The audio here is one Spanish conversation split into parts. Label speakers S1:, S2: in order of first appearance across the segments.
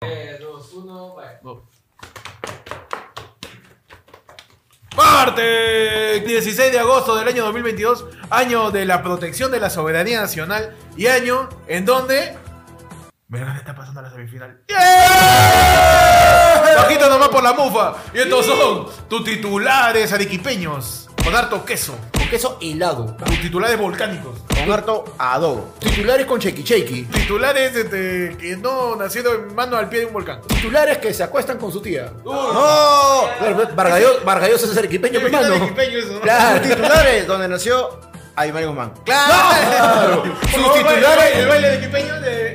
S1: 3, 2, 1, bye.
S2: Parte 16 de agosto del año 2022, año de la protección de la soberanía nacional y año en donde Verán está pasando a la semifinal. ¡Yeah! Bajita nomás por la mufa. Y estos son tus titulares arequipeños con harto queso,
S3: Con queso helado.
S2: tus titulares volcánicos,
S3: Con harto adobo. Titulares con chequi chequi.
S2: titulares este, que no nacido en mano al pie de un volcán.
S3: Titulares que se acuestan con su tía.
S2: Uy.
S3: ¡No! Vargallosa es pues, arequipeño,
S2: Titular
S3: hermano.
S2: arequipeño eso, ¿no?
S4: Claro, titulares donde nació Aymar Guzmán.
S2: Claro.
S3: Sus
S2: Sus titulares.
S3: titulares-
S2: El baile de Quipeño de.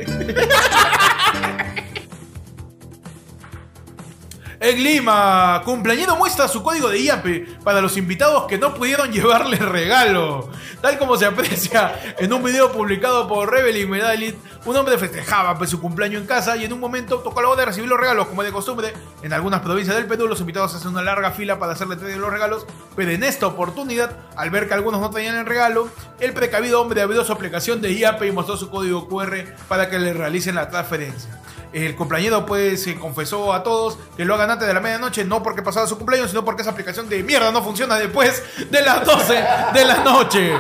S2: En Lima, cumpleañero muestra su código de IAPE para los invitados que no pudieron llevarle regalo. Tal como se aprecia en un video publicado por Rebel y Medalit, un hombre festejaba pues, su cumpleaños en casa y en un momento tocó la hora de recibir los regalos. Como de costumbre, en algunas provincias del Perú los invitados hacen una larga fila para hacerle entrega de los regalos, pero en esta oportunidad, al ver que algunos no traían el regalo, el precavido hombre abrió su aplicación de IAPE y mostró su código QR para que le realicen la transferencia. El compañero pues se confesó a todos que lo hagan antes de la medianoche, no porque pasaba su cumpleaños, sino porque esa aplicación de mierda no funciona después de las 12 de la noche.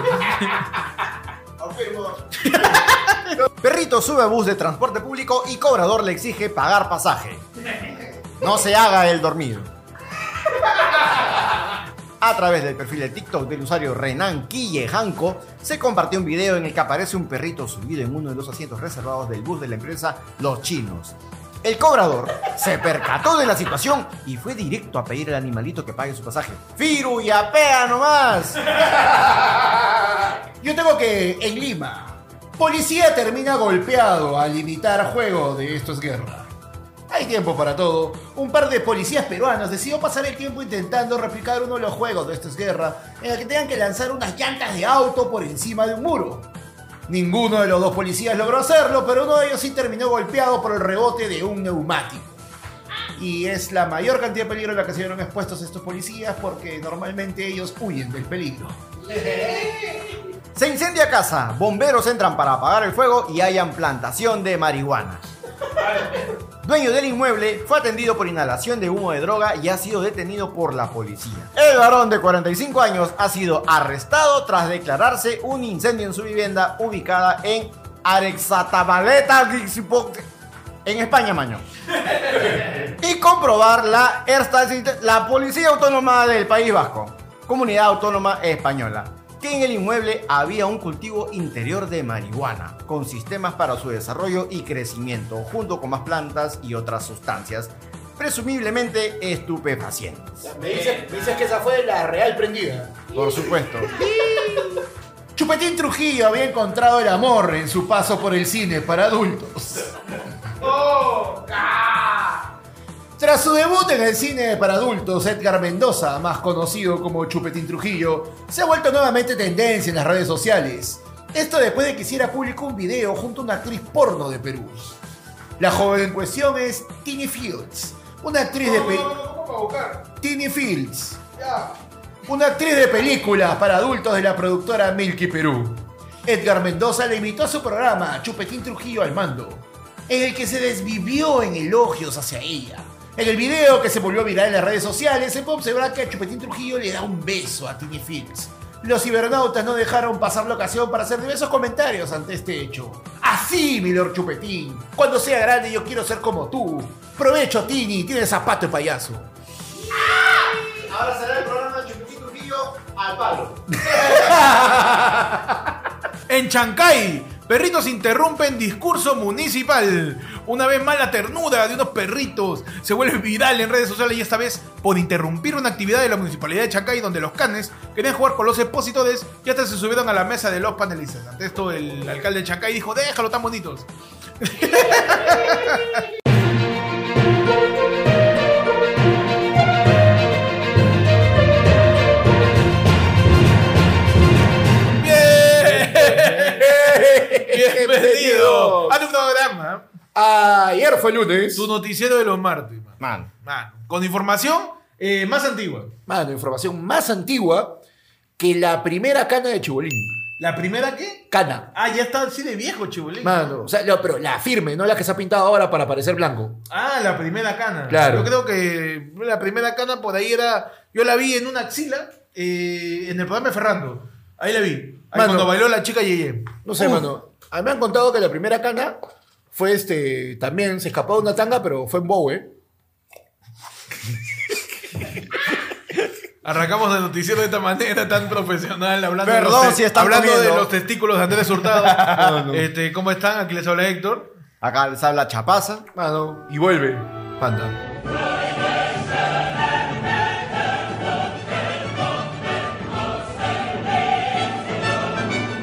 S4: Perrito sube a bus de transporte público y cobrador le exige pagar pasaje. No se haga el dormido. A través del perfil de TikTok del usuario Renan Quillejanco, se compartió un video en el que aparece un perrito subido en uno de los asientos reservados del bus de la empresa Los Chinos. El cobrador se percató de la situación y fue directo a pedir al animalito que pague su pasaje. ¡Firu y apea nomás!
S5: Yo tengo que en Lima. Policía termina golpeado al imitar juego de esto es guerra. Hay tiempo para todo. Un par de policías peruanos decidió pasar el tiempo intentando replicar uno de los juegos de esto es guerra en el que tengan que lanzar unas llantas de auto por encima de un muro. Ninguno de los dos policías logró hacerlo, pero uno de ellos sí terminó golpeado por el rebote de un neumático. Y es la mayor cantidad de peligro a la que se vieron expuestos estos policías porque normalmente ellos huyen del peligro.
S4: Se incendia casa, bomberos entran para apagar el fuego y hallan plantación de marihuana. Dueño del inmueble fue atendido por inhalación de humo de droga y ha sido detenido por la policía. El varón de 45 años ha sido arrestado tras declararse un incendio en su vivienda ubicada en Arexatabaleta, Guixipoc- en España, maño. Y comprobar la, ersta- la Policía Autónoma del País Vasco, Comunidad Autónoma Española, que en el inmueble había un cultivo interior de marihuana, con sistemas para su desarrollo y crecimiento, junto con más plantas y otras sustancias, presumiblemente estupefacientes.
S3: Me dices, dices que esa fue la real prendida.
S4: Por supuesto.
S5: Chupetín Trujillo había encontrado el amor en su paso por el cine para adultos. Tras su debut en el cine para adultos, Edgar Mendoza, más conocido como Chupetín Trujillo, se ha vuelto nuevamente tendencia en las redes sociales. Esto después de que hiciera público un video junto a una actriz porno de Perú. La joven en cuestión es Tini Fields, una actriz de Perú. Tini Fields. Una actriz de películas para adultos de la productora Milky Perú. Edgar Mendoza le invitó a su programa Chupetín Trujillo al mando, en el que se desvivió en elogios hacia ella. En el video que se volvió viral en las redes sociales, se puede observar que a Chupetín Trujillo le da un beso a Tini Fields. Los cibernautas no dejaron pasar la ocasión para hacer diversos comentarios ante este hecho. Así, mi Lord Chupetín. Cuando sea grande yo quiero ser como tú. Provecho, Tini, tienes zapato de payaso.
S4: Ahora será el programa Chupetín Trujillo al palo.
S2: En Chancay, perritos interrumpen discurso municipal. Una vez más la ternura de unos perritos se vuelve viral en redes sociales y esta vez por interrumpir una actividad de la municipalidad de Chancay donde los canes querían jugar con los expositores y hasta se subieron a la mesa de los panelistas. Ante esto el alcalde de Chancay dijo, déjalo tan bonitos. Bien. Bienvenido a tu programa. ¿eh?
S5: Ayer fue lunes.
S2: Tu noticiero de los martes. man.
S4: Man.
S2: Man, Con información eh, más antigua.
S5: Mano, información más antigua que la primera cana de Chibolín.
S2: ¿La primera qué?
S3: Cana.
S2: Ah, ya está así de viejo, chibolín.
S3: Mano, o sea, no, pero la firme, no la que se ha pintado ahora para parecer blanco.
S2: Ah, la primera cana.
S3: Claro.
S2: Yo creo que la primera cana por ahí era. Yo la vi en una axila eh, en el programa de Ferrando. Ahí la vi. Ahí
S3: Mano.
S2: cuando bailó la chica Yeye.
S3: No sé,
S2: Uf.
S3: mano. A mí me han contado que la primera cana fue este. También se escapó de una tanga, pero fue en Bowie.
S2: Arrancamos el noticiero de esta manera tan profesional, hablando,
S4: Perdón
S2: de, los,
S4: si están
S2: hablando de
S4: comiendo.
S2: los testículos de Andrés Hurtado. Este, ¿Cómo están? Aquí les habla Héctor.
S4: Acá les habla Chapaza.
S3: Mano. Y vuelve. Panda.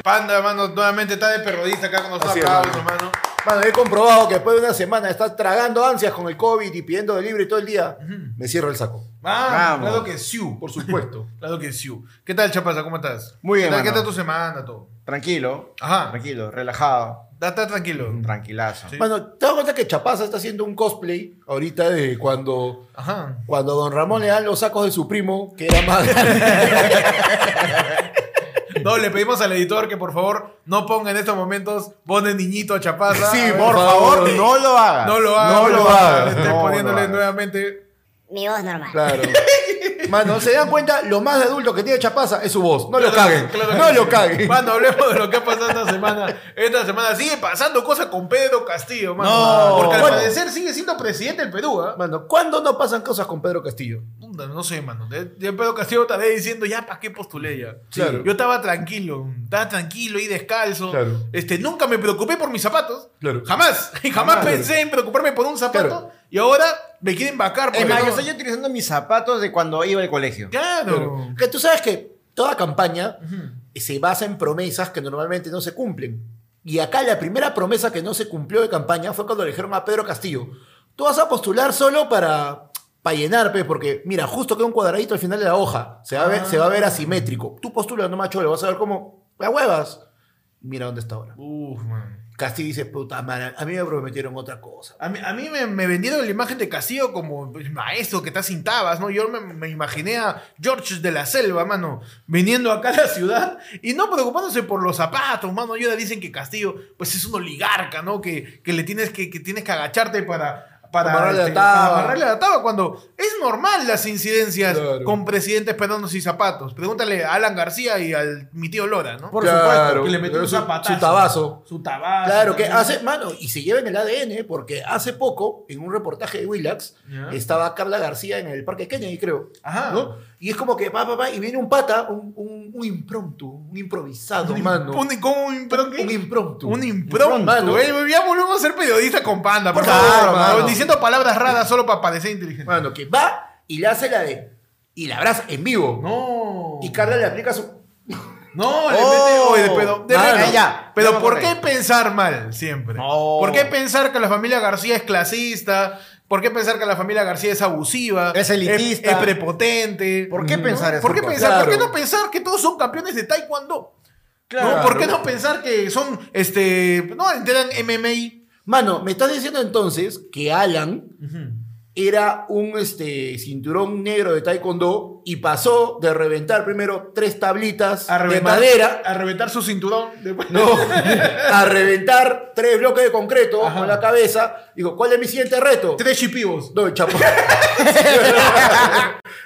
S2: Panda, hermano, nuevamente está de perrodista acá con los
S3: Así es,
S2: aplausos,
S3: mano.
S2: hermano.
S3: Mano, he comprobado que después de una semana estás tragando ansias con el COVID y pidiendo delivery todo el día. Me cierro el saco.
S2: Ah,
S4: Vamos.
S2: claro que sí, por supuesto. claro que sí. ¿Qué tal, Chapaza? ¿Cómo estás?
S4: Muy bien,
S2: ¿Qué tal,
S4: mano.
S2: ¿Qué tal tu semana, todo?
S4: Tranquilo.
S2: Ajá.
S4: Tranquilo, relajado.
S2: Está tranquilo.
S4: Mm, Tranquilazo.
S2: Sí.
S3: Mano, te das cuenta que Chapaza está haciendo un cosplay ahorita de cuando,
S2: Ajá.
S3: cuando Don Ramón le dan los sacos de su primo, que era más grande.
S2: No, le pedimos al editor que por favor no ponga en estos momentos voz de niñito a Chapaza.
S3: Sí,
S2: A ver,
S3: por
S4: Por favor, no lo hagas.
S2: No lo haga.
S4: No lo hagas.
S2: Le estoy
S4: No lo
S2: poniéndole
S4: hagas.
S2: nuevamente.
S6: Mi voz normal.
S3: Claro. Mano, se dan cuenta, lo más de adulto que tiene Chapaza es su voz. No lo
S2: Claro,
S3: caguen.
S2: claro que
S3: No
S2: sí.
S3: lo caguen.
S2: Mano, hablemos de lo que ha pasado esta semana. Esta semana sigue pasando cosas con Pedro Castillo, mano.
S3: No.
S2: Porque al
S3: Bueno.
S2: parecer sigue siendo presidente del Perú, ¿ah?
S3: Mano, ¿cuándo no pasan cosas con Pedro Castillo?
S2: Puta, No sé, mano. Ya- ya Pedro Castillo estaré diciendo, ya, ¿para qué postulé ya?
S3: Claro.
S2: Yo estaba tranquilo, estaba tranquilo y descalzo.
S3: Claro.
S2: Este, nunca me preocupé por mis zapatos.
S3: Claro.
S2: Jamás. Y jamás
S3: Claro.
S2: pensé en preocuparme por un zapato.
S3: Claro.
S2: Y ahora me quieren vacar.
S4: Es
S2: porque
S4: más, yo
S2: no-
S4: estoy utilizando mis zapatos de cuando iba al colegio.
S2: Claro.
S3: Que tú sabes que toda campaña se basa en promesas que normalmente no se cumplen. Y acá la primera promesa que no se cumplió de campaña fue cuando le dijeron a Pedro Castillo, tú vas a postular solo para, para llenar, pe, porque mira, justo queda un cuadradito al final de la hoja, se va a ver, se va a ver asimétrico. Tú postulas nomás cholo, vas a ver cómo, la huevas. Mira dónde está ahora.
S2: Uf, man.
S3: Castillo dice, puta madre, a mí me prometieron otra cosa.
S2: A mí, a mí me, me vendieron la imagen de Castillo como el maestro que está sin tabas, ¿no? Yo me, me imaginé a George de la Selva, mano, viniendo acá a la ciudad y no preocupándose por los zapatos, mano. Y ahora dicen que Castillo, pues es un oligarca, ¿no? Que, que le tienes que, que tienes que agacharte para... Para
S3: Amarrarle la
S2: este,
S3: taba.
S2: para amarrarle la taba cuando es normal las incidencias
S3: Claro.
S2: con presidentes pegándose y zapatos. Pregúntale a Alan García y al mi tío Lora, ¿no?
S4: Por
S3: Claro,
S4: supuesto.
S2: que le metió
S3: pero
S2: un
S3: su-
S2: zapatazo.
S3: Su tabazo.
S2: Su tabaco.
S3: Claro, que
S2: también.
S3: hace, mano, y se lleven el ADN, porque hace poco, en un reportaje de Willax,
S2: Ya.
S3: estaba Carla García en el Parque Kennedy, creo.
S2: Ajá.
S3: ¿no? Y es como que, pa, pa, pa, y viene un pata, un, un- un impromptu, un improvisado, mano.
S2: Un, ¿Cómo un impronto?
S3: Un impromptu.
S2: Un impronto.
S3: Mano.
S2: Él ya volvemos a ser periodista con panda, por
S3: Claro,
S2: favor.
S3: mano.
S2: mano. Diciendo palabras raras solo para parecer inteligente.
S3: Mano, que va y le hace la de. Y la abraza en vivo.
S2: No.
S3: Y Carla le aplica su.
S2: No, le
S4: Oh.
S2: mete. Oye, pero. de
S4: Mano,
S2: verdad,
S4: ya,
S2: Pero
S4: ya me
S2: ¿por qué
S4: acordé.
S2: pensar mal siempre?
S4: No.
S2: ¿Por qué pensar que la familia García es clasista? ¿Por qué pensar que la familia García es abusiva?
S4: Es elitista.
S2: Es, es prepotente.
S4: ¿Por qué
S2: ¿No?
S4: pensar esas
S2: ¿Por qué
S4: cosas?
S2: pensar? ¿Por qué
S3: Claro.
S2: no pensar que todos son campeones de taekwondo? ¿No?
S3: Claro.
S2: ¿Por qué no pensar que son, este, no, enteran MMA?
S3: Mano, me estás diciendo entonces que Alan era un este, cinturón negro de taekwondo y pasó de reventar primero tres tablitas de madera
S2: a reventar su cinturón. Después-
S3: no, a reventar tres bloques de concreto
S2: Ajá.
S3: con la cabeza. Digo, ¿cuál es mi siguiente reto?
S2: Tres chipivos.
S3: No, chapo.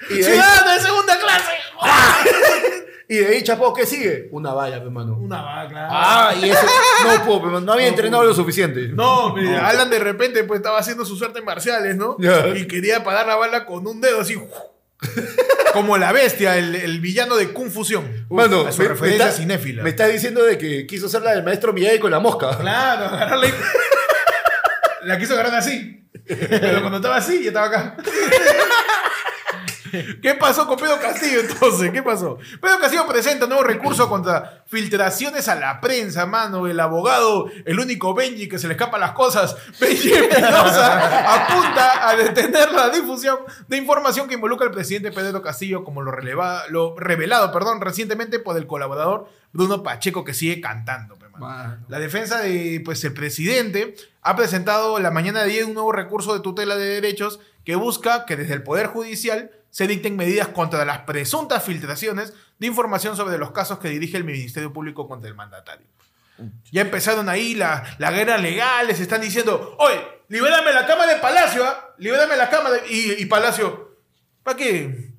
S3: y, de ahí,
S2: ¡Ciudadano ah, de segunda clase!
S3: y de ahí, chapo, ¿qué sigue? Una bala, mi hermano.
S2: Una vaca.
S3: Ah, y eso. No, puedo, mi hermano, no había entrenado lo suficiente.
S2: No, me- Alan de repente pues estaba haciendo sus artes marciales, ¿no?
S3: Ya.
S2: Y quería parar la bala con un dedo así. Como la bestia, el, el villano de Confusión.
S3: Mano,
S2: su
S3: me- me
S2: referencia
S3: está-
S2: cinéfila.
S3: Me estás diciendo de que quiso hacer la del maestro Miyagi con la mosca.
S2: Claro, agarrarla y... La quiso agarrar así. Pero cuando estaba así, ya estaba acá. ¿Qué pasó con Pedro Castillo entonces? ¿Qué pasó? Pedro Castillo presenta nuevo recurso contra filtraciones a la prensa, mano. El abogado, el único Benji que se le escapan las cosas, Benji Espinosa, apunta a detener la difusión de información que involucra al presidente Pedro Castillo, como lo, releva- lo revelado perdón, recientemente por el colaborador Bruno Pacheco, que sigue cantando. pe, mano. La defensa de pues, el presidente ha presentado la mañana de ayer un nuevo recurso de tutela de derechos que busca que desde el Poder Judicial se dicten medidas contra las presuntas filtraciones de información sobre los casos que dirige el Ministerio Público contra el mandatario. Ya empezaron ahí la, la guerra legal, les están diciendo, oye, libérame la cama de Palacio, ¿ah? libérame la cama de-". Y, y Palacio, ¿para qué?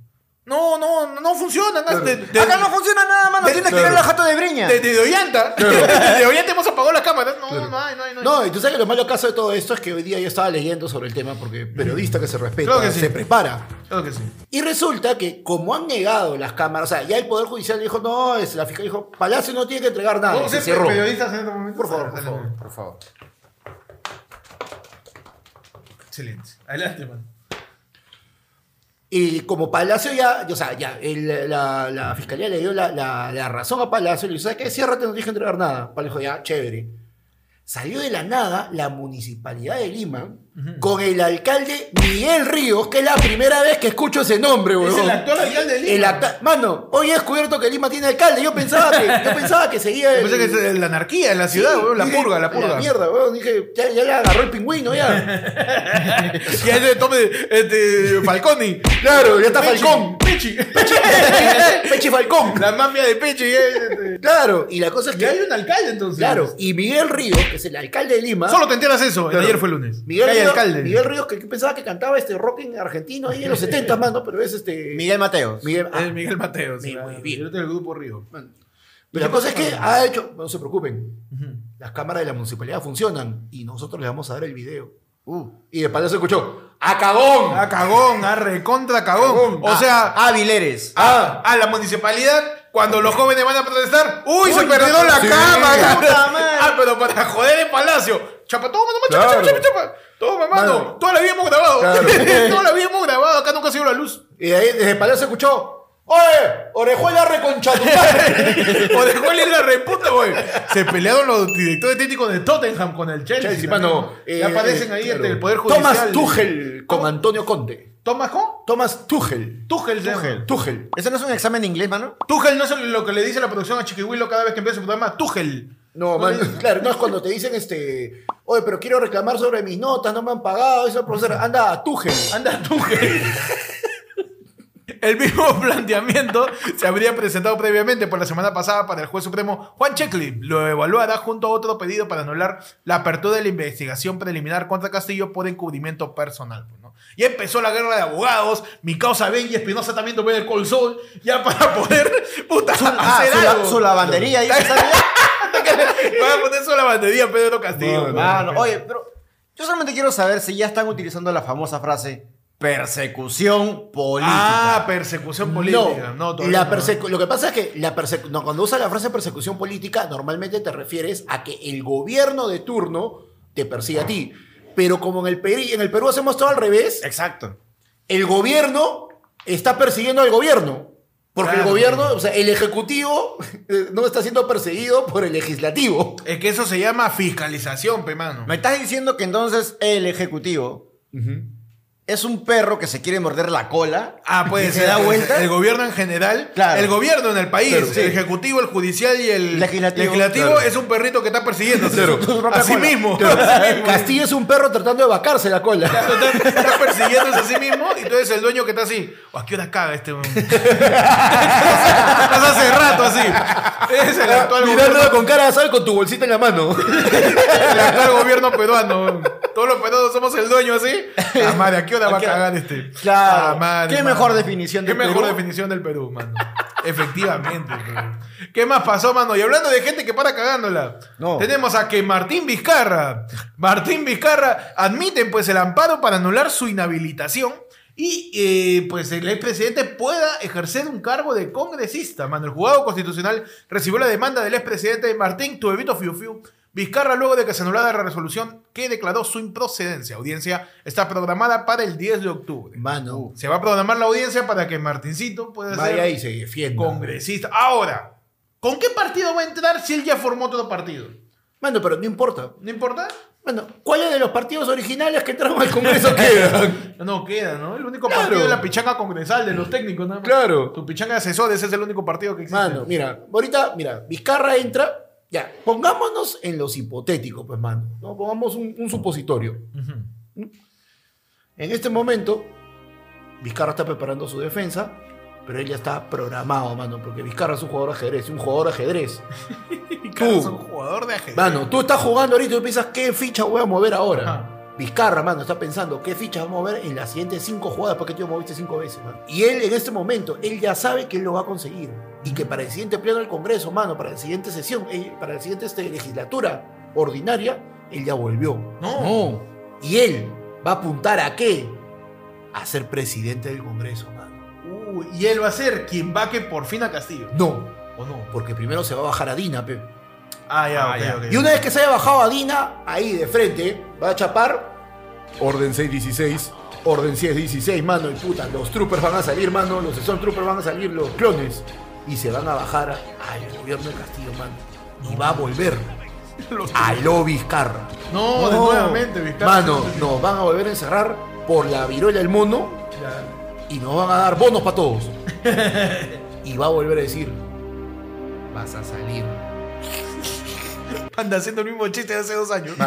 S2: No, no, no, no funciona. ¿no? De- de-
S4: Acá no funciona nada, mano.
S2: de-
S4: Tienes que ir
S2: claro.
S4: a la jato de briña.
S2: de, de Ollanta. De Ollanta hemos apagado la cámara. No, no hay, no hay, no hay.
S3: No, y tú sabes que lo malo caso de todo esto es que hoy día yo estaba leyendo sobre el tema porque periodista que se respeta,
S2: Claro que sí.
S3: se prepara.
S2: Claro que sí.
S3: Y resulta que como han negado las cámaras, o sea, ya el Poder Judicial dijo, no, es- la fiscalía dijo, Palacio no tiene que entregar nada.
S2: ¿Puedo
S3: y se
S2: ser
S3: cerró.
S2: periodistas en este momento?
S3: Por favor, por
S2: Dale,
S3: favor.
S2: dale.
S4: Por favor.
S2: Excelente. Adelante, man.
S3: Y como Palacio ya, o sea, ya, el- la, la fiscalía le dio la, la- la razón a Palacio, le dijo, ¿sabes qué? Ciérrate, no tienes que entregar nada. Palacio dijo, ya, chévere. Salió de la nada la municipalidad de Lima con el alcalde Miguel Ríos, que es la primera vez que escucho ese nombre,
S2: Es
S3: huevón.
S2: el actual alcalde de Lima.
S3: El acta- Mano, hoy he descubierto que Lima tiene alcalde. Yo pensaba que, yo pensaba que seguía.
S2: Yo
S3: el-
S2: pensé que es la anarquía en la
S3: Sí,
S2: ciudad, weón, la
S3: dije,
S2: purga, Eh, la purga.
S3: mierda, weón. Dije, ya, ya la agarró el pingüino, ya.
S2: Y ahí le tome este, Falconi.
S3: claro, ya está
S2: Pechi,
S3: Falcón.
S2: Pechi.
S3: Peche Falcón.
S2: La mafia de Pechi. eh, este.
S3: Claro, y la cosa es
S2: Y
S3: que.
S2: hay un alcalde entonces.
S3: Claro, y Miguel Ríos, que es el alcalde de Lima.
S2: Solo te enteras eso.
S3: Claro.
S2: Ayer fue lunes.
S3: Miguel,
S2: Que hay
S3: Ríos,
S2: alcalde.
S3: Miguel Ríos, que pensaba que cantaba este rock en argentino ahí en los 70, mano, pero es este.
S4: Miguel Mateos.
S3: Miguel- ah,
S2: Es Eh, Miguel Mateo. sí,
S3: Muy
S2: claro.
S3: bien.
S2: Yo tengo el grupo Río.
S3: pero la cosa es que ha hecho. No se preocupen, las cámaras de la municipalidad funcionan y nosotros les vamos a dar el video.
S4: Uh.
S3: Y de palacio escuchó: ¡A cagón!
S2: A Ah, cagón, a recontra cagón. O
S4: Ah,
S2: sea,
S4: Avileres.
S2: a, a la municipalidad, cuando los jóvenes van a protestar, ¡Uy, se
S4: Uy,
S2: perdió la
S4: sí.
S2: cama!
S4: Puta madre.
S2: ah, pero para joder el palacio. Chapa, toma, mamá, chapa,
S3: Claro.
S2: chapa, chapa, chapa. Toma, mano.
S3: Mano.
S2: Toda la vida hemos grabado.
S3: Claro.
S2: Toda la vida hemos grabado. Acá nunca se dio la luz.
S3: Y de ahí desde el palacio escuchó: ¡Oye! ¡Orejuela reconcha tu madre".
S2: o dejó el la reputa, güey. Se pelearon los directores técnicos de Tottenham con el Chelsea.
S3: Chelsea,
S2: también.
S3: mano, eh,
S2: ya aparecen
S3: eh,
S2: ahí
S3: claro.
S2: este, el Poder Judicial.
S3: Thomas Tuchel con
S2: ¿Cómo?
S3: Antonio Conte.
S2: ¿Thomas con?
S3: Thomas Tuchel.
S2: Tuchel, se llama.
S3: Tuchel.
S4: ¿Eso no es un examen de inglés, mano?
S2: Tuchel no es lo que le dice la producción a Chiquihuilo cada vez que empieza su programa. Tuchel.
S3: No, man,
S2: le-
S3: claro, no es cuando te dicen este, oye, pero quiero reclamar sobre mis notas, no me han pagado, eso profesor, anda a Tuchel.
S2: Anda Tuchel. El mismo planteamiento se habría presentado previamente por la semana pasada para el juez supremo Juan Checklin. Lo evaluará junto a otro pedido para anular la apertura de la investigación preliminar contra Castillo por encubrimiento personal. pues, ¿no? Y empezó la guerra de abogados. Mi causa Ben y Espinosa también tomé el colsol. Ya para poder puta,
S4: Ah,
S2: hacer
S4: su,
S2: algo.
S4: la- su lavandería. ahí que sale ya.
S2: Para poner su lavandería Pedro Castillo. pues.
S4: Mano, oye, pero yo solamente quiero saber si ya están utilizando la famosa frase persecución política.
S2: Ah, persecución política.
S3: No,
S2: No, todavía
S3: la
S2: no.
S3: persecu- lo que pasa es que la persecu- no, cuando usas la frase persecución política, normalmente te refieres a que el gobierno de turno te persigue a ti. Pero como en el, Peri- en el Perú hacemos todo al revés,
S4: Exacto.
S3: el gobierno está persiguiendo al gobierno. Porque
S2: Claro.
S3: el gobierno, o sea, el ejecutivo eh, no está siendo perseguido por el legislativo.
S2: Es que eso se llama fiscalización, pe mano.
S4: Me estás diciendo que entonces el ejecutivo es un perro que se quiere morder la cola.
S2: Ah,
S4: y
S2: puede
S4: se
S2: ser.
S4: da vuelta.
S2: El gobierno en general.
S4: Claro.
S2: El gobierno en el país.
S4: Claro, sí.
S2: El ejecutivo, el judicial y el
S4: Legislativo. Claro.
S2: es un perrito que está persiguiendo.
S4: Su propia
S2: A sí
S4: cola.
S2: mismo.
S3: Castillo es un perro tratando de vacarse la cola.
S2: Está, está persiguiéndose a sí mismo y tú eres el dueño que está así. "Oh, ¿A qué hora caga este hombre? Estás hace rato así. Es el actual,
S3: Mirándolo
S2: gobierno,
S3: con cara, ¿sabes? Con tu bolsita en la mano.
S2: el actual gobierno peruano. Todos los peruanos somos el dueño así. La madre, ¿a qué hora va a cagar este?
S4: Claro.
S2: Ah, madre,
S4: Qué
S2: mano.
S4: mejor definición del
S2: Qué mejor
S4: Perú.
S2: definición del Perú, mano. Efectivamente. pero- ¿Qué más pasó, mano? Y hablando de gente que para cagándola.
S4: No.
S2: Tenemos a que Martín Vizcarra. Martín Vizcarra admiten pues el amparo para anular su inhabilitación. Y eh, pues el expresidente pueda ejercer un cargo de congresista, mano. El juzgado constitucional recibió la demanda del expresidente Martín Tuevito Fiu Fiu Vizcarra luego de que se anulara la resolución que declaró su improcedencia. Audiencia está programada para el 10 de octubre.
S3: Mano,
S2: Se va a programar la audiencia para que Martincito pueda
S3: vaya
S2: ser
S3: y se defienda.
S2: congresista. Ahora, ¿con qué partido va a entrar si él ya formó otro partido?
S3: Mano, pero no importa.
S2: ¿No importa?
S3: Mano, ¿cuáles de los partidos originales que entraron al Congreso quedan?
S2: No queda, ¿no? El único
S3: Claro.
S2: partido es la pichanga congresal de los técnicos, nada más.
S3: Claro.
S2: Tu pichanga de asesores es el único partido que existe.
S3: Mano, mira, ahorita, mira, Vizcarra entra. Ya, pongámonos en los hipotéticos, pues, mano. ¿no? Pongamos un, un supositorio. En este momento, Vizcarra está preparando su defensa Pero él ya está programado, mano, porque Vizcarra es un jugador de ajedrez, un jugador de ajedrez.
S2: Ricardo es un jugador de ajedrez.
S3: Mano, tú estás jugando ahorita y tú piensas, ¿qué ficha voy a mover ahora?
S2: Ajá.
S3: Vizcarra, mano, está pensando, ¿qué ficha va a mover en las siguientes cinco jugadas? Porque tú ya moviste cinco veces, mano. Y él en este momento, él ya sabe que él lo va a conseguir. Y que para el siguiente pleno del Congreso, mano, para la siguiente sesión, él- para la siguiente este, legislatura ordinaria, él ya volvió.
S2: No.
S3: Y él va a apuntar a qué? A ser presidente del Congreso, mano.
S2: Uy, y él va a ser quien vaque por fin a Castillo.
S3: No,
S2: ¿O no?
S3: porque primero se va a bajar a Dina, pe.
S2: Ah, ya,
S4: Ah,
S2: ok,
S4: ya.
S2: ok.
S3: Y una vez que se haya bajado a Dina, ahí de frente, va a chapar. Orden 616, Orden 616, mano, y puta, los troopers van a salir, mano, los Stormtroopers van a salir, los clones. Y se van a bajar al gobierno de Castillo, mano. Y va a volver a lo Vizcarra.
S2: No, de nuevamente, Vizcarra.
S3: Mano, nos van a volver a encerrar por la viruela del mono
S2: Ya.
S3: y nos van a dar bonos para todos. y va a volver a decir, vas a salir.
S2: Anda haciendo el mismo chiste de hace dos años.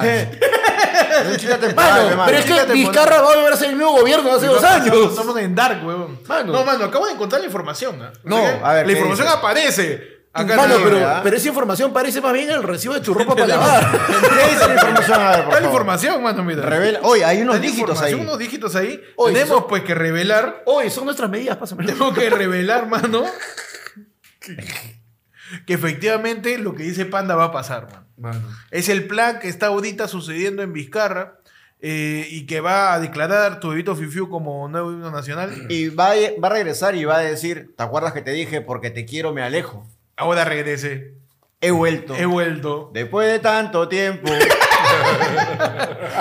S4: Es un chiste temporal,
S3: Mano,
S4: hermano.
S3: pero es que
S4: Chiste temporal.
S3: Vizcarra va a volver a ser el nuevo gobierno de hace dos años.
S2: Estamos en Dark, weón.
S3: Mano.
S2: No, mano, acabo de encontrar la información. ¿ah?
S4: No,
S2: O sea que
S4: a ver,
S2: La
S4: ¿qué
S2: información
S4: dice?
S2: aparece. Acá
S3: Mano,
S2: en la-
S3: pero,
S4: ¿verdad?
S3: pero esa información parece más bien el recibo de tu ropa para lavar.
S4: ¿Qué dice la información? A ver, por
S2: Está la
S4: favor.
S2: información, mano, mira.
S4: Revela. Oye, hay unos
S2: Está la
S4: dígitos ahí.
S2: información, unos dígitos ahí.
S3: Oye,
S2: Tenemos
S3: eso-
S2: pues que revelar.
S3: Oye, son nuestras medidas, pásamelo.
S2: Tengo que revelar, mano. que- Que efectivamente lo que dice Panda va a pasar, mano. Es el plan que está ahorita sucediendo en Vizcarra eh, y que va a declarar tu bebito Fifiu como nuevo himno nacional.
S4: Y va a, va a regresar y va a decir, ¿te acuerdas que te dije porque te quiero me alejo?
S2: Ahora regrese.
S4: He vuelto.
S2: He vuelto.
S4: Después de tanto tiempo.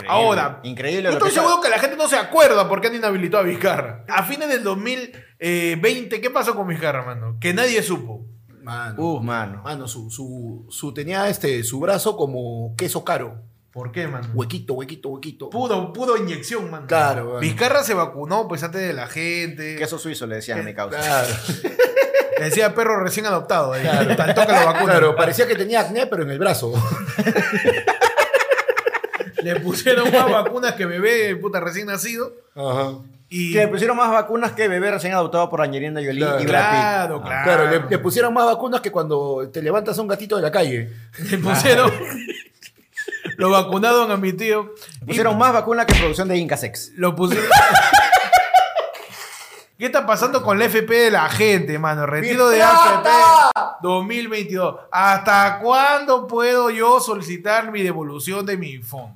S2: Ahora,
S4: Increíble
S2: yo
S4: lo que
S2: estoy
S4: está-
S2: seguro que la gente no se acuerda por qué han inhabilitado a Vizcarra. A fines del 2020, ¿qué pasó con Vizcarra, mano? Que nadie supo.
S3: Mano,
S4: Uh, mano.
S3: mano su, su, su tenía este, su brazo como queso caro.
S2: ¿Por qué, mano?
S3: Huequito, huequito, huequito.
S2: Pudo, pudo inyección, mano.
S3: Claro, mano.
S2: Vizcarra se vacunó, pues, antes de la gente.
S4: Queso suizo le decían a mi causa.
S3: Claro,
S2: Le decía perro recién adoptado. ahí.
S3: claro.
S2: Tanto que lo vacunan.
S3: Claro, parecía que tenía acné, pero en el brazo.
S2: Le pusieron más vacunas que bebé, puta, recién nacido.
S3: Ajá.
S2: Y
S4: Que le pusieron más vacunas que bebé recién adoptado por Angelina Jolie
S3: Claro.
S4: y Brad Pitt.
S2: claro, claro.
S3: Claro, le, le pusieron más vacunas que cuando te levantas a un gatito de la calle.
S2: Le pusieron. lo vacunaron a mi tío.
S4: Le Pusieron más vacunas que producción de Incasex.
S2: Lo pusieron. ¿Qué está pasando con la FP de la gente, mano? Retiro de AFP 2022. ¿Hasta cuándo puedo yo solicitar mi devolución de mi fondo?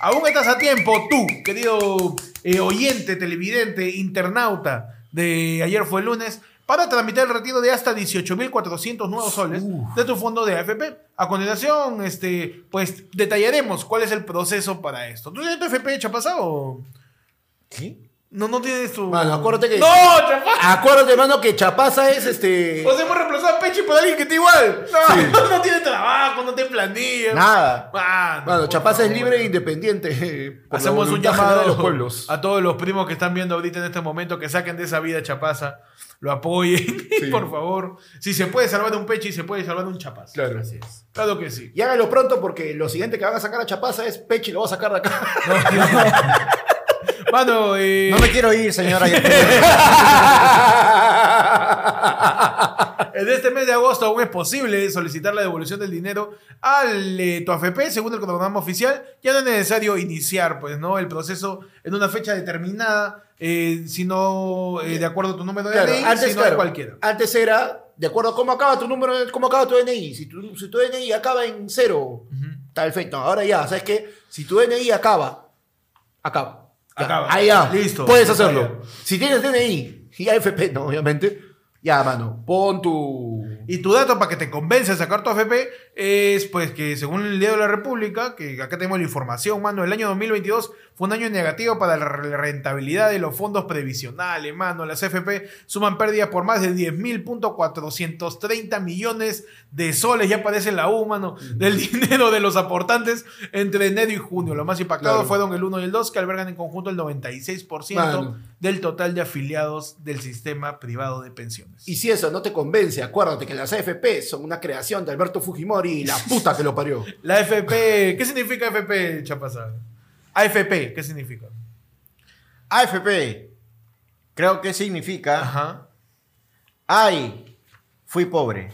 S2: Aún estás a tiempo, tú, querido eh, oyente, televidente, internauta de ayer fue el lunes, para tramitar el retiro de hasta 18.400 nuevos soles de tu fondo de AFP. A continuación, este, pues detallaremos cuál es el proceso para esto. ¿Tú tienes tu FP hecha pasado?
S4: ¿Sí?
S2: No, no tienes tu.
S3: Mano, acuérdate que-
S2: ¡No, chapá!
S3: Acuérdate, mano, que Chapaza es este.
S2: O sea, hemos reemplazado a Pechi por alguien que está igual. No, no tiene trabajo, no tiene planilla.
S4: Nada.
S2: Mano,
S3: Mano,
S2: por
S3: Chapaza es
S2: favor.
S3: libre e independiente. por la
S2: Hacemos un
S3: voluntad general
S2: llamado
S3: de los pueblos.
S2: a todos los primos que están viendo ahorita en este momento que saquen de esa vida Chapaza, lo apoyen, por favor. Si se puede salvar un Pechi, se puede salvar un Chapaza.
S3: Claro.
S2: Claro que sí.
S3: Y hágalo pronto porque lo siguiente que van a sacar a Chapaza es Pechi lo va a sacar de acá.
S2: Mano, eh,
S4: No me quiero ir, señora.
S2: En este mes de agosto aún es posible solicitar la devolución del dinero al eh, tu AFP según el cronograma oficial. Ya no es necesario iniciar, pues, ¿no? El proceso en una fecha determinada, eh, sino eh, de acuerdo a tu número de
S3: Claro,
S2: DNI,
S3: antes,
S2: sino
S3: claro,
S2: cualquiera.
S3: antes era, de acuerdo a cómo acaba tu número, cómo acaba tu DNI. Si tu, si tu DNI acaba en cero, está perfecto. Ahora ya, ¿sabes qué? Si tu DNI acaba, acaba. Ya,
S2: Acaba.
S3: Ahí ya.
S2: Listo.
S3: Puedes
S2: Ya está
S3: hacerlo. Si tienes DNI y AFP, no, obviamente. Ya, mano, pon tu.
S2: Y tu dato para que te convence a sacar tu AFP es, pues, que según el Día de la República, que acá tenemos la información, mano, el año 2022 fue un año negativo para la re- rentabilidad de los fondos previsionales, mano. Las AFP suman pérdidas por más de 10.430 millones de soles, ya aparece la U, mano, del dinero de los aportantes entre enero y junio. Lo más impactado
S3: Claro.
S2: fueron el 1 y el 2, que albergan en conjunto el 96%
S3: Mano.
S2: del total de afiliados del sistema privado de pensiones.
S3: Y si eso no te convence, acuérdate que las AFP son una creación de Alberto Fujimori y la puta que lo parió.
S2: La FP, ¿qué significa FP, Chapasa? AFP, ¿qué significa?
S4: Ah, AFP. Creo que significa
S2: Ajá.
S4: Ay, fui pobre.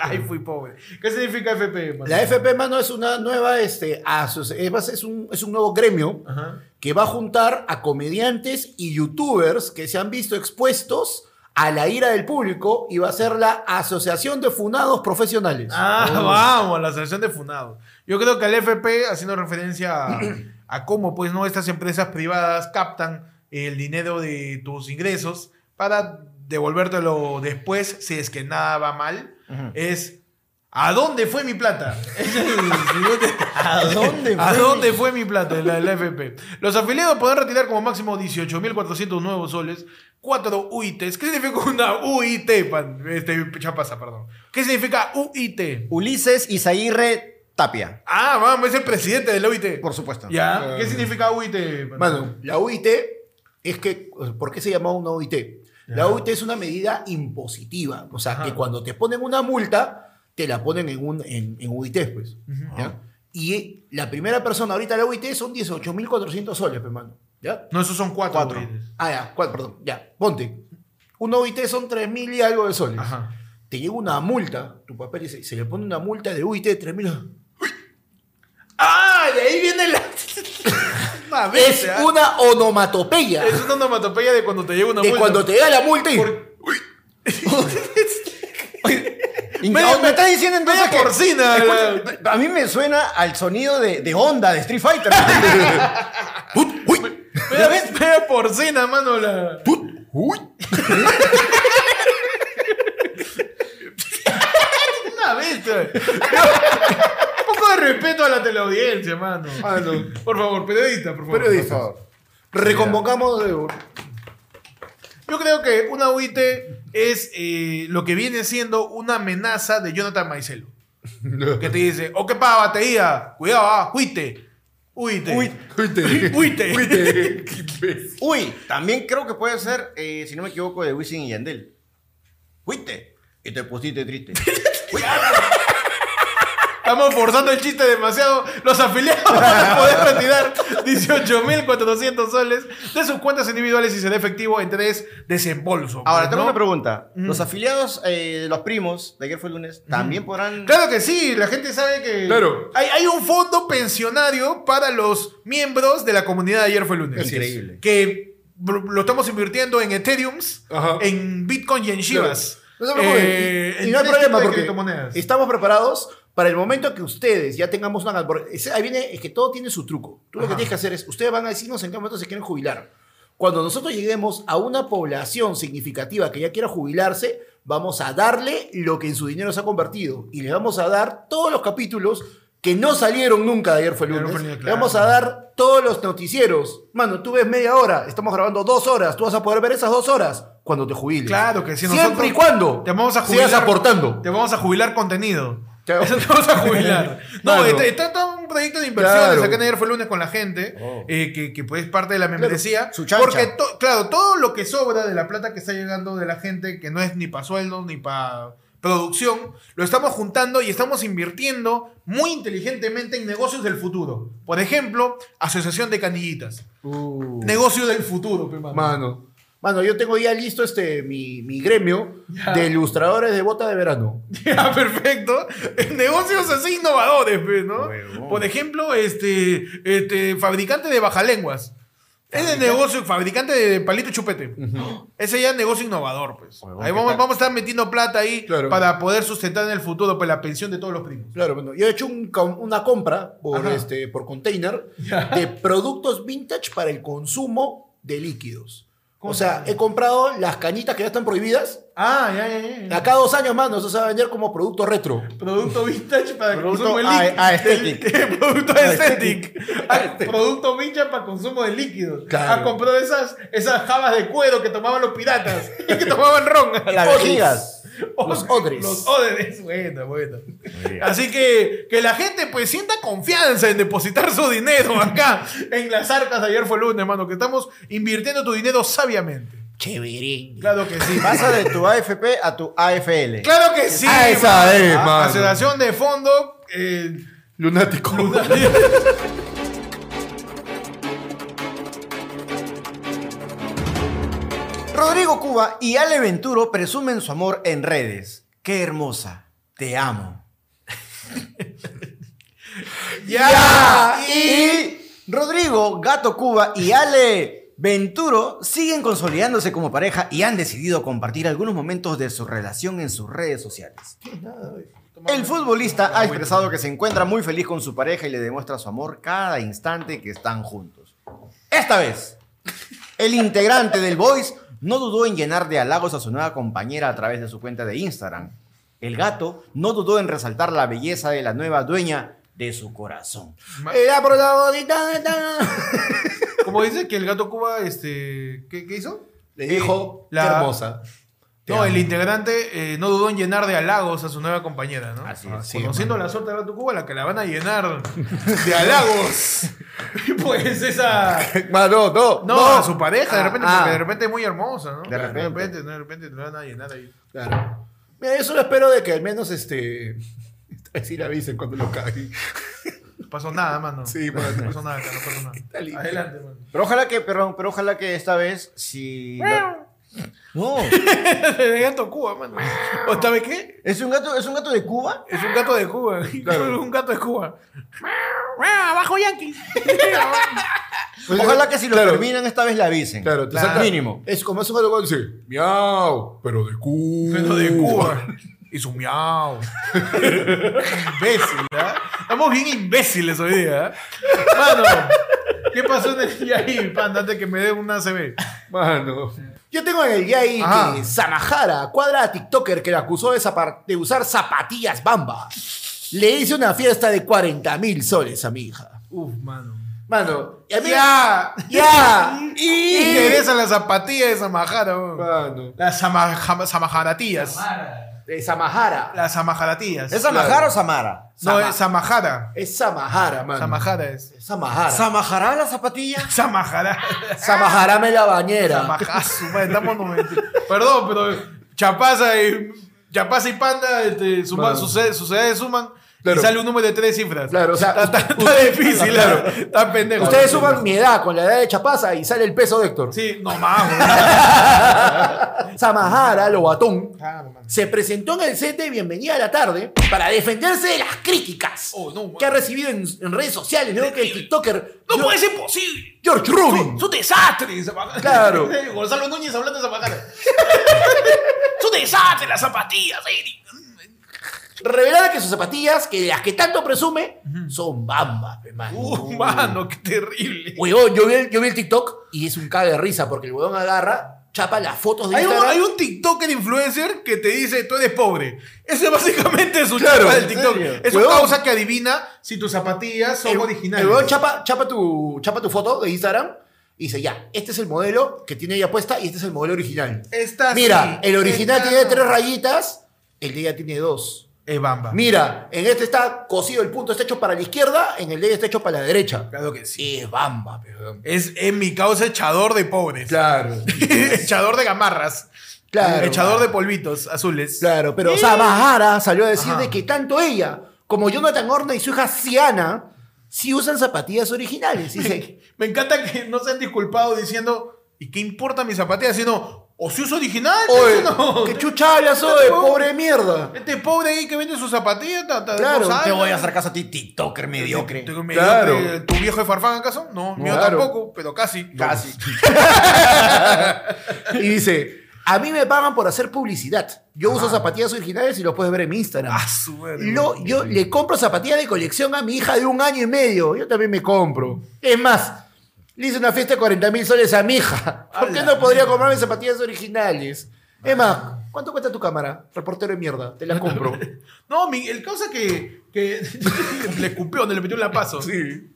S2: Ay, fui pobre. ¿Qué significa FP? mano?
S3: La FP, mano, es una nueva, este, aso- es más, es un, es un nuevo gremio
S2: Ajá.
S3: que va a juntar a comediantes y youtubers que se han visto expuestos a la ira del público y va a ser la Asociación de Funados Profesionales. Oh.
S2: Ah, vamos, la asociación de funados. Yo creo que el FP, haciendo referencia a, a cómo pues no estas empresas privadas captan el dinero de tus ingresos para devolvértelo después si es que nada va mal,
S4: Ujú.
S2: es ¿A dónde fue mi plata? Es el siguiente-
S4: ¿A dónde
S2: ¿A
S4: fue?
S2: dónde fue mi plata? La, la FP. Los afiliados podrán retirar como máximo 18.400 nuevos soles, 4 UITs. ¿Qué significa una UIT, pan? Este, chapasa, perdón. ¿Qué significa UIT?
S4: Ulises Isaguirre Tapia.
S2: Ah, vamos, es el presidente de la UIT.
S4: Por supuesto.
S2: ¿Ya? ¿Qué significa UIT?
S3: Mano, la UIT es que, ¿por qué se llama una UIT? La UIT es una medida impositiva, o sea,
S2: Ajá.
S3: que cuando te ponen una multa, te la ponen en, un, en, en UIT, pues. ¿ya? Y la primera persona ahorita de la UIT son 18.400 soles, pe, mano. ¿Ya?
S2: No, esos son cuatro.
S4: Cuatro.
S2: UITs.
S3: Ah, ya, cuatro, perdón, ya, ponte. Una UIT son 3.000 y algo de soles.
S2: Ajá.
S3: Te llega una multa, tu papel dice, se le pone una multa de UIT de 3.000.
S2: ¡Ah! De ahí viene la. Una
S3: Es
S2: bestia.
S3: una onomatopeya
S2: Ah, Es una onomatopeya de cuando te llega una
S3: de
S2: multa.
S3: cuando te llega la multa y...
S2: Por-
S4: Y-
S2: Media-
S4: oh, me estás diciendo entonces
S2: media
S4: que-
S2: porcina, la-
S4: Escucha, A mí me suena al sonido de, de Honda, de Street Fighter.
S2: Media, media porcina, mano. La... Una bestia. Un poco de respeto a la teleaudiencia, mano. Por favor, periodista, por favor.
S3: Periodista. Reconvocamos de...
S2: Yo creo que una UIT es eh, lo que viene siendo una amenaza de Jonathan Maicelo. que te dice, o qué pasa, batería, cuidado, ah, uite, uite, uite, uite.
S4: Uy, también creo que puede ser, eh, si no me equivoco, de Wisin y Yandel. Fuiste y te pusiste triste.
S2: Estamos forzando el chiste demasiado. Los afiliados van a poder retirar 18.400 soles de sus cuentas individuales y será efectivo en tres desembolsos.
S4: Ahora,
S2: pues, ¿no?
S4: tengo una pregunta. ¿Los afiliados eh, de los primos, de ayer fue el lunes, también podrán...
S2: Claro que sí, la gente sabe que
S5: Claro.
S2: hay, hay un fondo pensionario para los miembros de la comunidad de ayer fue lunes.
S4: Así es. Increíble.
S2: Que br- lo estamos invirtiendo en Ethereums,
S5: Ajá.
S2: en Bitcoin y en Shivas.
S3: No se preocupen,
S2: Eh,
S3: y- y,
S2: en
S3: no hay
S2: este tipo
S3: problema
S2: de
S3: porque
S2: criptomonedas.
S3: estamos preparados para el momento que ustedes ya tengamos una... porque ese- Ahí viene, es que todo tiene su truco. Tú lo
S2: Ajá.
S3: que tienes que hacer es, ustedes van a decirnos en qué momento se quieren jubilar. Cuando nosotros lleguemos a una población significativa que ya quiera jubilarse, vamos a darle lo que en su dinero se ha convertido. Y les vamos a dar todos los capítulos que no salieron nunca de ayer fue
S2: Ayer
S3: lunes.
S2: fue lunes,
S3: Le vamos a
S2: claro.
S3: dar todos los noticieros. Mano, tú ves media hora, estamos grabando dos horas, tú vas a poder ver esas dos horas cuando te jubiles.
S2: Claro que sí,
S3: Siempre
S2: nosotros
S3: y cuando
S2: te vamos a
S3: sigas
S2: jubilar-
S3: aportando.
S2: Te vamos a jubilar contenido.
S3: Te vamos-
S2: Eso te vamos a jubilar. No,
S3: Claro.
S2: está, está todo un proyecto de inversiones.
S3: Claro. Oh.
S2: Acá en ayer fue lunes con la gente, eh, que, que pues es parte de la membresía.
S4: su chancha.
S2: porque, to- claro, todo lo que sobra de la plata que está llegando de la gente, que no es ni para sueldos ni para producción, lo estamos juntando y estamos invirtiendo muy inteligentemente en negocios del futuro. Por ejemplo, Asociación de Canillitas.
S3: Uh.
S2: Negocio del futuro, pe, mano.
S3: Mano. Mano, yo tengo ya listo este mi, mi gremio de ilustradores de bota de verano.
S2: Ya, perfecto. Negocios así innovadores, pues, ¿no?
S4: Huevón.
S2: Por ejemplo, este, este fabricante de bajalenguas. Ese negocio, fabricante de palito chupete. Ese ya es negocio innovador, pues.
S4: Huevón,
S2: ahí
S4: ¿qué
S2: vamos,
S4: tal?
S2: vamos a estar metiendo plata ahí
S3: Claro.
S2: para poder sustentar en el futuro pues, la pensión de todos los primos.
S3: Claro, bueno, yo he hecho un com- una compra por,
S2: Ajá.
S3: este, por container de productos vintage para el consumo de líquidos. O sea, he comprado las cañitas que ya están prohibidas.
S2: Ah, ya, ya, ya,
S3: De
S2: ya.
S3: acá a dos años más nos se va a vender como producto retro.
S2: Producto vintage para
S4: Producto
S2: consumo de
S4: a- E este.
S2: líquidos.
S4: aesthetic.
S2: Producto E
S4: Aesthetic.
S2: aesthetic. Ah,
S4: este.
S2: Producto vintage para consumo de líquidos.
S3: Claro.
S2: Ha comprado esas, esas jabas de cuero que tomaban los piratas y que tomaban ron.
S4: Las
S3: Odres.
S4: vejigas.
S3: Los odres.
S2: Los odres. Bueno, bueno. Así que que la gente pues sienta confianza en depositar su dinero acá en las arcas. Ayer fue lunes, hermano, que estamos invirtiendo tu dinero sabiamente.
S3: Chévere.
S2: Claro que sí.
S4: Pasa de tu AFP a tu AFL.
S2: Claro que sí.
S5: Ah, esa es,
S2: Ah,
S5: mano.
S2: Aceleración de fondo. eh,
S5: Lunático.
S4: Rodrigo Cuba y Ale Venturo presumen su amor en redes. Qué hermosa. Te amo.
S2: ¡Ya!
S4: Y Rodrigo, Gato Cuba y Ale Venturo siguen consolidándose como pareja y han decidido compartir algunos momentos de su relación en sus redes sociales. El futbolista ha expresado que se encuentra muy feliz con su pareja y le demuestra su amor cada instante que están juntos. Esta vez, el integrante del Voice no dudó en llenar de halagos a su nueva compañera a través de su cuenta de Instagram. El gato no dudó en resaltar la belleza de la nueva dueña de su corazón.
S3: Eh, ah, La eh, protagonista.
S2: eh, Como dice que el gato Cuba, este, ¿qué, qué hizo?
S5: Le dijo,
S2: la-
S5: qué hermosa.
S2: No, el integrante eh, no dudó en llenar de halagos a su nueva compañera, ¿no?
S4: Así es.
S2: Ah, Conociendo la suerte del gato Cuba, la que la van a llenar de halagos. pues esa.
S5: Mano, Ah, no,
S2: No, a su pareja, de repente,
S4: Ah, ah.
S2: porque de repente es muy hermosa, ¿no?
S4: De repente.
S2: De repente, de repente te la van a llenar ahí.
S5: Claro. Mira, yo solo espero de que al menos este. Así le avisen cuando lo caguen.
S2: No pasó nada, mano.
S5: Sí,
S2: no
S5: mano.
S2: pasó nada, acá, no pasó
S5: Está limpio.
S2: nada. Adelante, mano.
S4: Pero ojalá que, perdón, pero ojalá que esta vez si no,
S2: El gato Cuba, mano. ¿O sabe qué?
S4: es un gato, es un gato de Cuba.
S2: Es un gato de Cuba. un gato de Cuba. ¡Abajo, Yankees!
S3: Pues,
S4: Ojalá que si lo
S5: Claro.
S4: terminan esta vez le avisen.
S5: Claro, te
S2: Claro.
S5: saca-
S4: Mínimo.
S5: Es como hace un gato cuando dice, miau, pero de Cuba.
S2: Pero de Cuba. Y su miau. Imbécil, ¿ah? Estamos bien imbéciles hoy día. ¿ah? Mano, ¿qué pasó en el día ahí, panda, antes que me dé una CB?
S5: Mano.
S3: Yo tengo en el día ahí
S2: Ajá.
S3: que Samajara cuadra a TikToker que la acusó de, zapar- de usar zapatillas bamba. Le hice una fiesta de 40 mil soles a mi hija.
S2: Uf, mano.
S5: Mano.
S3: Y a mí-
S2: ¡Ya!
S3: ¡Ya!
S2: Y interesa la zapatilla de Samajara, weón.
S5: Mano.
S2: Las sama- samajaratías.
S1: Mara.
S3: De Samajara.
S2: Las samajaratías.
S4: ¿Es Samajara o Samara?
S2: No,
S3: Sama-
S2: es Samajara.
S3: Es Samajara, mano.
S2: Samajara es.
S3: Es Samajara.
S4: ¿Samajará la zapatilla?
S2: Samajara.
S3: Samajara me la bañera.
S2: Samajazo, madre, estamos noventa. Perdón, pero Chapaza y, Chapaza y Panda este, suman,
S5: Mano.
S2: sus, sedes- sus sedes suman
S5: Claro.
S2: y sale un número de tres cifras.
S5: Claro, o sea,
S2: está, está- está difícil, claro. Está pendejo.
S3: Ustedes suman mi edad con la edad de Chapaza y sale el peso de Héctor.
S2: Sí, no mames.
S3: Samajara, lo batón,
S2: Claro, mano.
S3: se presentó en el set de Bienvenida a la Tarde para defenderse de las críticas
S2: Oh, no,
S3: que ha recibido en, en redes sociales. Luego que el TikToker
S2: No
S3: Yo-
S2: puede ser posible.
S3: George Rubin
S2: Es un desastre, Samajara.
S3: Claro.
S2: Gonzalo Núñez hablando de Samajara. es un desastre las zapatillas, Eric.
S3: revelara que sus zapatillas, que de las que tanto presume, son bambas, pe, man.
S2: Uh, mano, qué terrible.
S3: Huevón, yo vi, el, yo vi el TikTok y es un cague de risa porque el huevón agarra, chapa las fotos de
S2: Hay un,
S3: Instagram.
S2: hay un TikToker influencer que te dice, tú eres pobre. Ese básicamente es su
S5: Claro,
S2: chapa del
S5: ¿en
S2: TikTok.
S5: serio?
S2: Es
S5: Huevón.
S2: una causa que adivina si tus zapatillas son
S3: el,
S2: originales.
S3: el huevón chapa, chapa, tu, chapa tu foto de Instagram y dice, ya, este es el modelo que tiene ella puesta y este es el modelo original.
S2: Esta
S3: Mira,
S2: sí,
S3: el original
S2: esta
S3: tiene
S2: no.
S3: tres rayitas, el de ella tiene dos.
S2: Es bamba.
S3: Mira, en este está cosido el punto, está hecho para la izquierda, en el de ella está hecho para la derecha.
S2: Claro que sí.
S3: Sí, es bamba, perdón.
S2: Es en mi causa echador de pobres.
S5: Claro.
S2: echador de gamarras.
S3: Claro.
S2: Echador de polvitos azules.
S3: Claro, pero Samahara salió a decir
S2: Ajá.
S3: de que tanto ella como Jonathan Horna y su hija Siana sí usan zapatillas originales. Y Dice,
S2: Me encanta que no se han disculpado diciendo, ¿y qué importa mis zapatillas? Sino, o si uso original,
S3: oye,
S2: o no.
S3: qué chucha hablas, oye,
S2: huevón.
S3: pobre mierda.
S2: Este pobre ahí que vende sus zapatillas, ta- ta-
S3: Claro,
S2: no sabe.
S4: Te voy a hacer caso a ti, TikToker mediocre.
S2: ¿Tu,
S5: Claro.
S2: ¿Tu viejo es farfán acaso? No, mío
S5: Claro.
S2: tampoco, pero casi.
S4: Casi.
S3: Y dice, a mí me pagan por hacer publicidad. Yo uso zapatillas originales y lo puedes ver en mi Instagram.
S2: Ah, su madre.
S3: Lo- yo le compro zapatillas de colección a mi hija de un año y medio. Yo también me compro. Es más, le hice una fiesta de 40 mil soles a mi hija. ¿Por qué no podría comprarme zapatillas originales? Es más, ¿cuánto cuesta tu cámara? Reportero de mierda, te la compro.
S2: No, mi- el causa que, que le escupió, donde le metió un lapazo. Sí.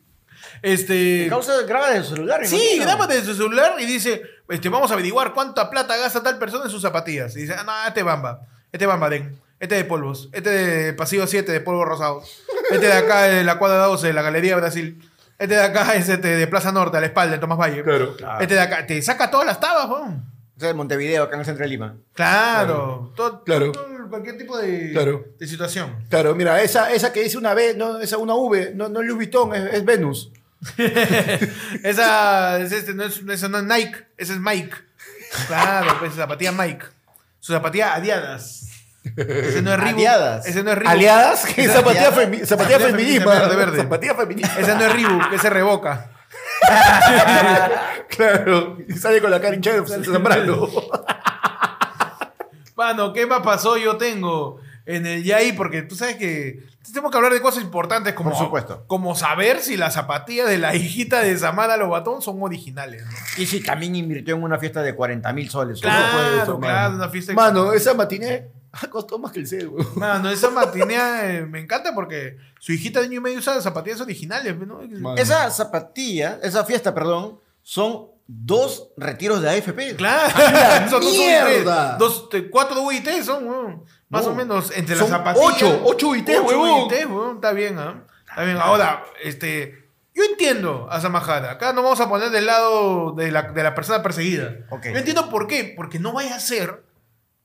S2: Este.
S4: Causa graba de su celular. me
S2: Sí,
S4: imagino.
S2: grábate de su celular y dice: este, Vamos a averiguar cuánta plata gasta tal persona en sus zapatillas. Y dice: Ah, no, este bamba. Este bamba, den. Este de polvos. Este de pasillo 7 de polvo rosado. Este de acá de la cuadra 12 de la Galería Brasil. Este de acá es este de Plaza Norte, a la espalda, de Tomás Valle.
S5: Claro.
S2: Este de acá. Te saca todas las tabas, weón.
S4: O sea, de Montevideo, acá en el centro de Lima.
S2: Claro, todo,
S5: Claro.
S2: todo- cualquier tipo de,
S5: Claro.
S2: de situación.
S3: Claro, mira, esa, esa que dice una V, no, esa una V, no, no es Louis Vuitton, es, es Venus.
S2: esa, es este, no, es, no es- no es Nike, ese es Mike. Claro, pues zapatilla Mike. Su zapatilla Adiadas. Ese no es Reebok.
S4: Adiadas.
S2: Ese no es Reebok.
S3: ¿Aliadas? ¿Qué?
S2: Esa-
S3: Zapatilla,
S2: aliadas.
S3: femi-
S2: Zapatilla
S3: zapatilla feminismo.
S2: feminista, verde, verde.
S3: Zapatilla feminista.
S2: Ese no es Reebok, ese revoca.
S3: Claro. Y sale con la cara hinchada de Zambrano.
S2: Mano, ¿qué más pasó? Yo tengo en el Yai, porque tú sabes que tenemos que hablar de cosas importantes como,
S4: Por supuesto.
S2: como saber si las zapatillas de la hijita de Samara Lobatón son originales. ¿no?
S4: Y si también invirtió en una fiesta de 40 mil soles.
S2: Claro,
S4: Eso,
S2: claro,
S4: man.
S2: una fiesta.
S3: Mano, esa matiné costó más que el cel, weón.
S2: Mano, esa matinea eh, me encanta porque su hijita de año y medio usa zapatillas originales. ¿no?
S4: Esa zapatilla, esa fiesta, perdón, son dos retiros de AFP.
S2: Claro, son dos
S3: Ah, mierda!
S2: UIT, dos, te- cuatro UIT son, weón. más
S4: No.
S2: o menos entre
S3: Son
S2: las zapatillas.
S3: ocho, ocho UIT, huevón.
S2: UIT, huevón, está bien, ¿ah? Está bien. Ahora, este, yo entiendo a Samajara. Acá no vamos a poner del lado de la, de la persona perseguida.
S4: Ok.
S2: Yo entiendo por qué, porque no vaya a ser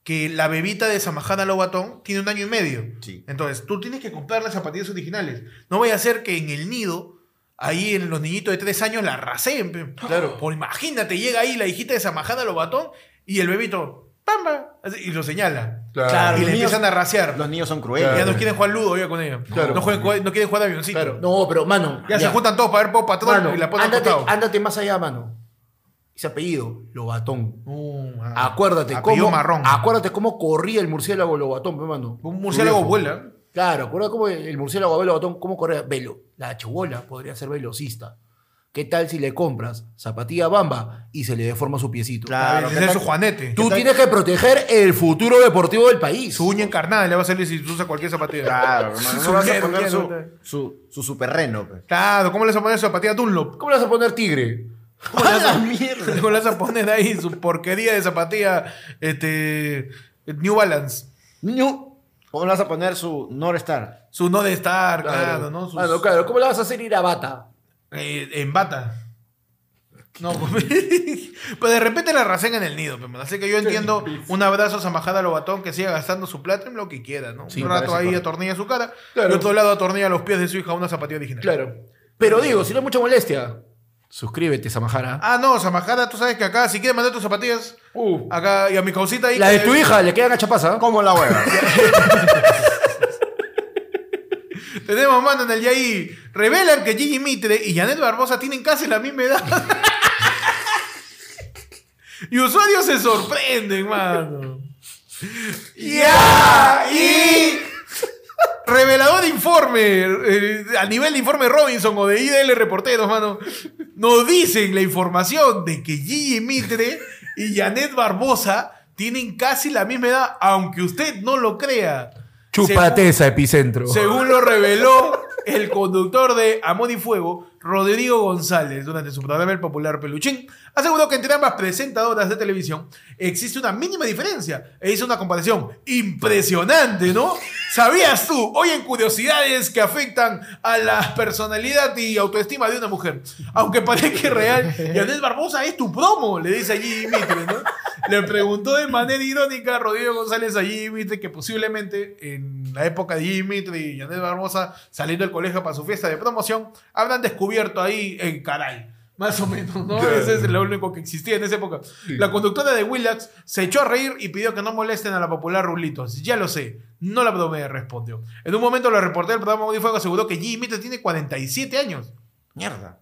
S2: que la bebita de Samajana Lobatón tiene un año y medio.
S4: Sí.
S2: Entonces, tú tienes que comprar las zapatillas originales. No vaya a ser que en el nido, ahí en los niñitos de tres años, la racen. pe.
S3: Claro.
S2: Por imagínate, llega ahí la hijita de Samajana Lobatón y el bebito, ¡pamba! así, Y lo señala.
S3: Claro.
S4: Claro.
S2: y
S4: los
S2: le
S4: niños-
S2: empiezan a rasear.
S4: Los niños son
S2: Ya
S4: crueles.
S2: no quieren jugar ludo oiga, con ella.
S3: Claro.
S2: No, juegan- no quieren jugar avioncito.
S3: No, pero, mano.
S2: Ya, se juntan todos para ver Pop Patrol
S3: Mano,
S2: y la ponen
S3: ándate,
S2: al costado.
S3: ándate más allá, mano. Ese apellido, Lobatón.
S2: Uh, ah.
S3: Acuérdate
S2: Apellido
S3: cómo.
S2: marrón.
S3: Acuérdate cómo corría el murciélago Lobatón, pe, mano.
S2: Un murciélago
S3: Viejo.
S2: vuela.
S3: Claro, acuérdate cómo el murciélago Abel Lobatón, cómo corría. Velo. La chubola podría ser velocista. ¿Qué tal si le compras zapatilla bamba y se le deforma su piecito?
S4: Claro,
S2: Ese es su juanete.
S3: Tú tienes que proteger el futuro deportivo del país.
S2: Su uña encarnada le va a salir si usa cualquier zapatilla.
S4: Claro, hermano.
S2: Su
S4: No vas a
S2: mierda,
S4: poner su,
S2: mierda.
S4: su, su superreno. pues.
S2: Claro, ¿cómo le vas a poner zapatilla Dunlop?
S3: ¿Cómo le vas a poner tigre?
S4: ¡A la mierda!
S2: ¿Cómo le vas a poner ahí su porquería de zapatilla este, New Balance?
S4: Ñu. ¿Cómo le vas a poner su Northstar?
S2: Su no de estar, claro, ¿no? Sus-
S3: Mano, claro, ¿cómo le vas a hacer ir a bata?
S2: eh, en bata. No, pues de repente la racen en el nido, pe, man. así que yo entiendo un abrazo a Majada Lobatón que siga gastando su plata en lo que quiera, ¿no?
S4: Sí,
S2: un
S4: me
S2: rato
S4: parece
S2: ahí
S4: correcto.
S2: atornilla su cara,
S3: Claro.
S2: y otro lado atornilla los pies de su hija una zapatilla original.
S3: Claro. Pero digo, si no es mucha molestia, suscríbete, Samajara.
S2: Ah, no, Samajada, tú sabes que acá, si quieres mandar tus zapatillas,
S3: Uh.
S2: acá y a mi causita ahí.
S3: La de
S2: que-
S3: tu hija, le quedan a Chapaza.
S4: ¿Cómo la hueva?
S2: Tenemos mano en el Yahí. Revelan que Gigi Mitre y Janet Barbosa tienen casi la misma edad. y usuarios se sorprenden, mano. ¡Ya! Y. Revelador informe, eh, a nivel de informe Robinson o de IDL Reporteros, mano, nos dicen la información de que Gigi Mitre y Janet Barbosa tienen casi la misma edad, aunque usted no lo crea. Según-
S3: Chúpate esa epicentro.
S2: según lo reveló el conductor de Amor y Fuego, Rodrigo González, durante su programa El Popular Peluchín, aseguró que entre ambas presentadoras de televisión existe una mínima diferencia e hizo una comparación impresionante, ¿no? ¿Sabías tú, hoy en curiosidades que afectan a la personalidad y autoestima de una mujer? Aunque parezca real, Yanel Barbosa es tu promo, le dice allí Mitre, ¿no? Le preguntó de manera irónica a Rodrigo González a Gigi Mitre que posiblemente en la época de Gigi Mitre y Yanel Barbosa saliendo del colegio para su fiesta de promoción, habrán descubierto ahí el caray. Más o menos, ¿no? Ese es lo único que existía en esa época. La conductora de Willax se echó a reír y pidió que no molesten a la popular Rulitos. Ya lo sé, no la bromé, respondió. En un momento la reportera del programa Modifuego aseguró que Gigi Mitre tiene 47 años
S4: Mierda.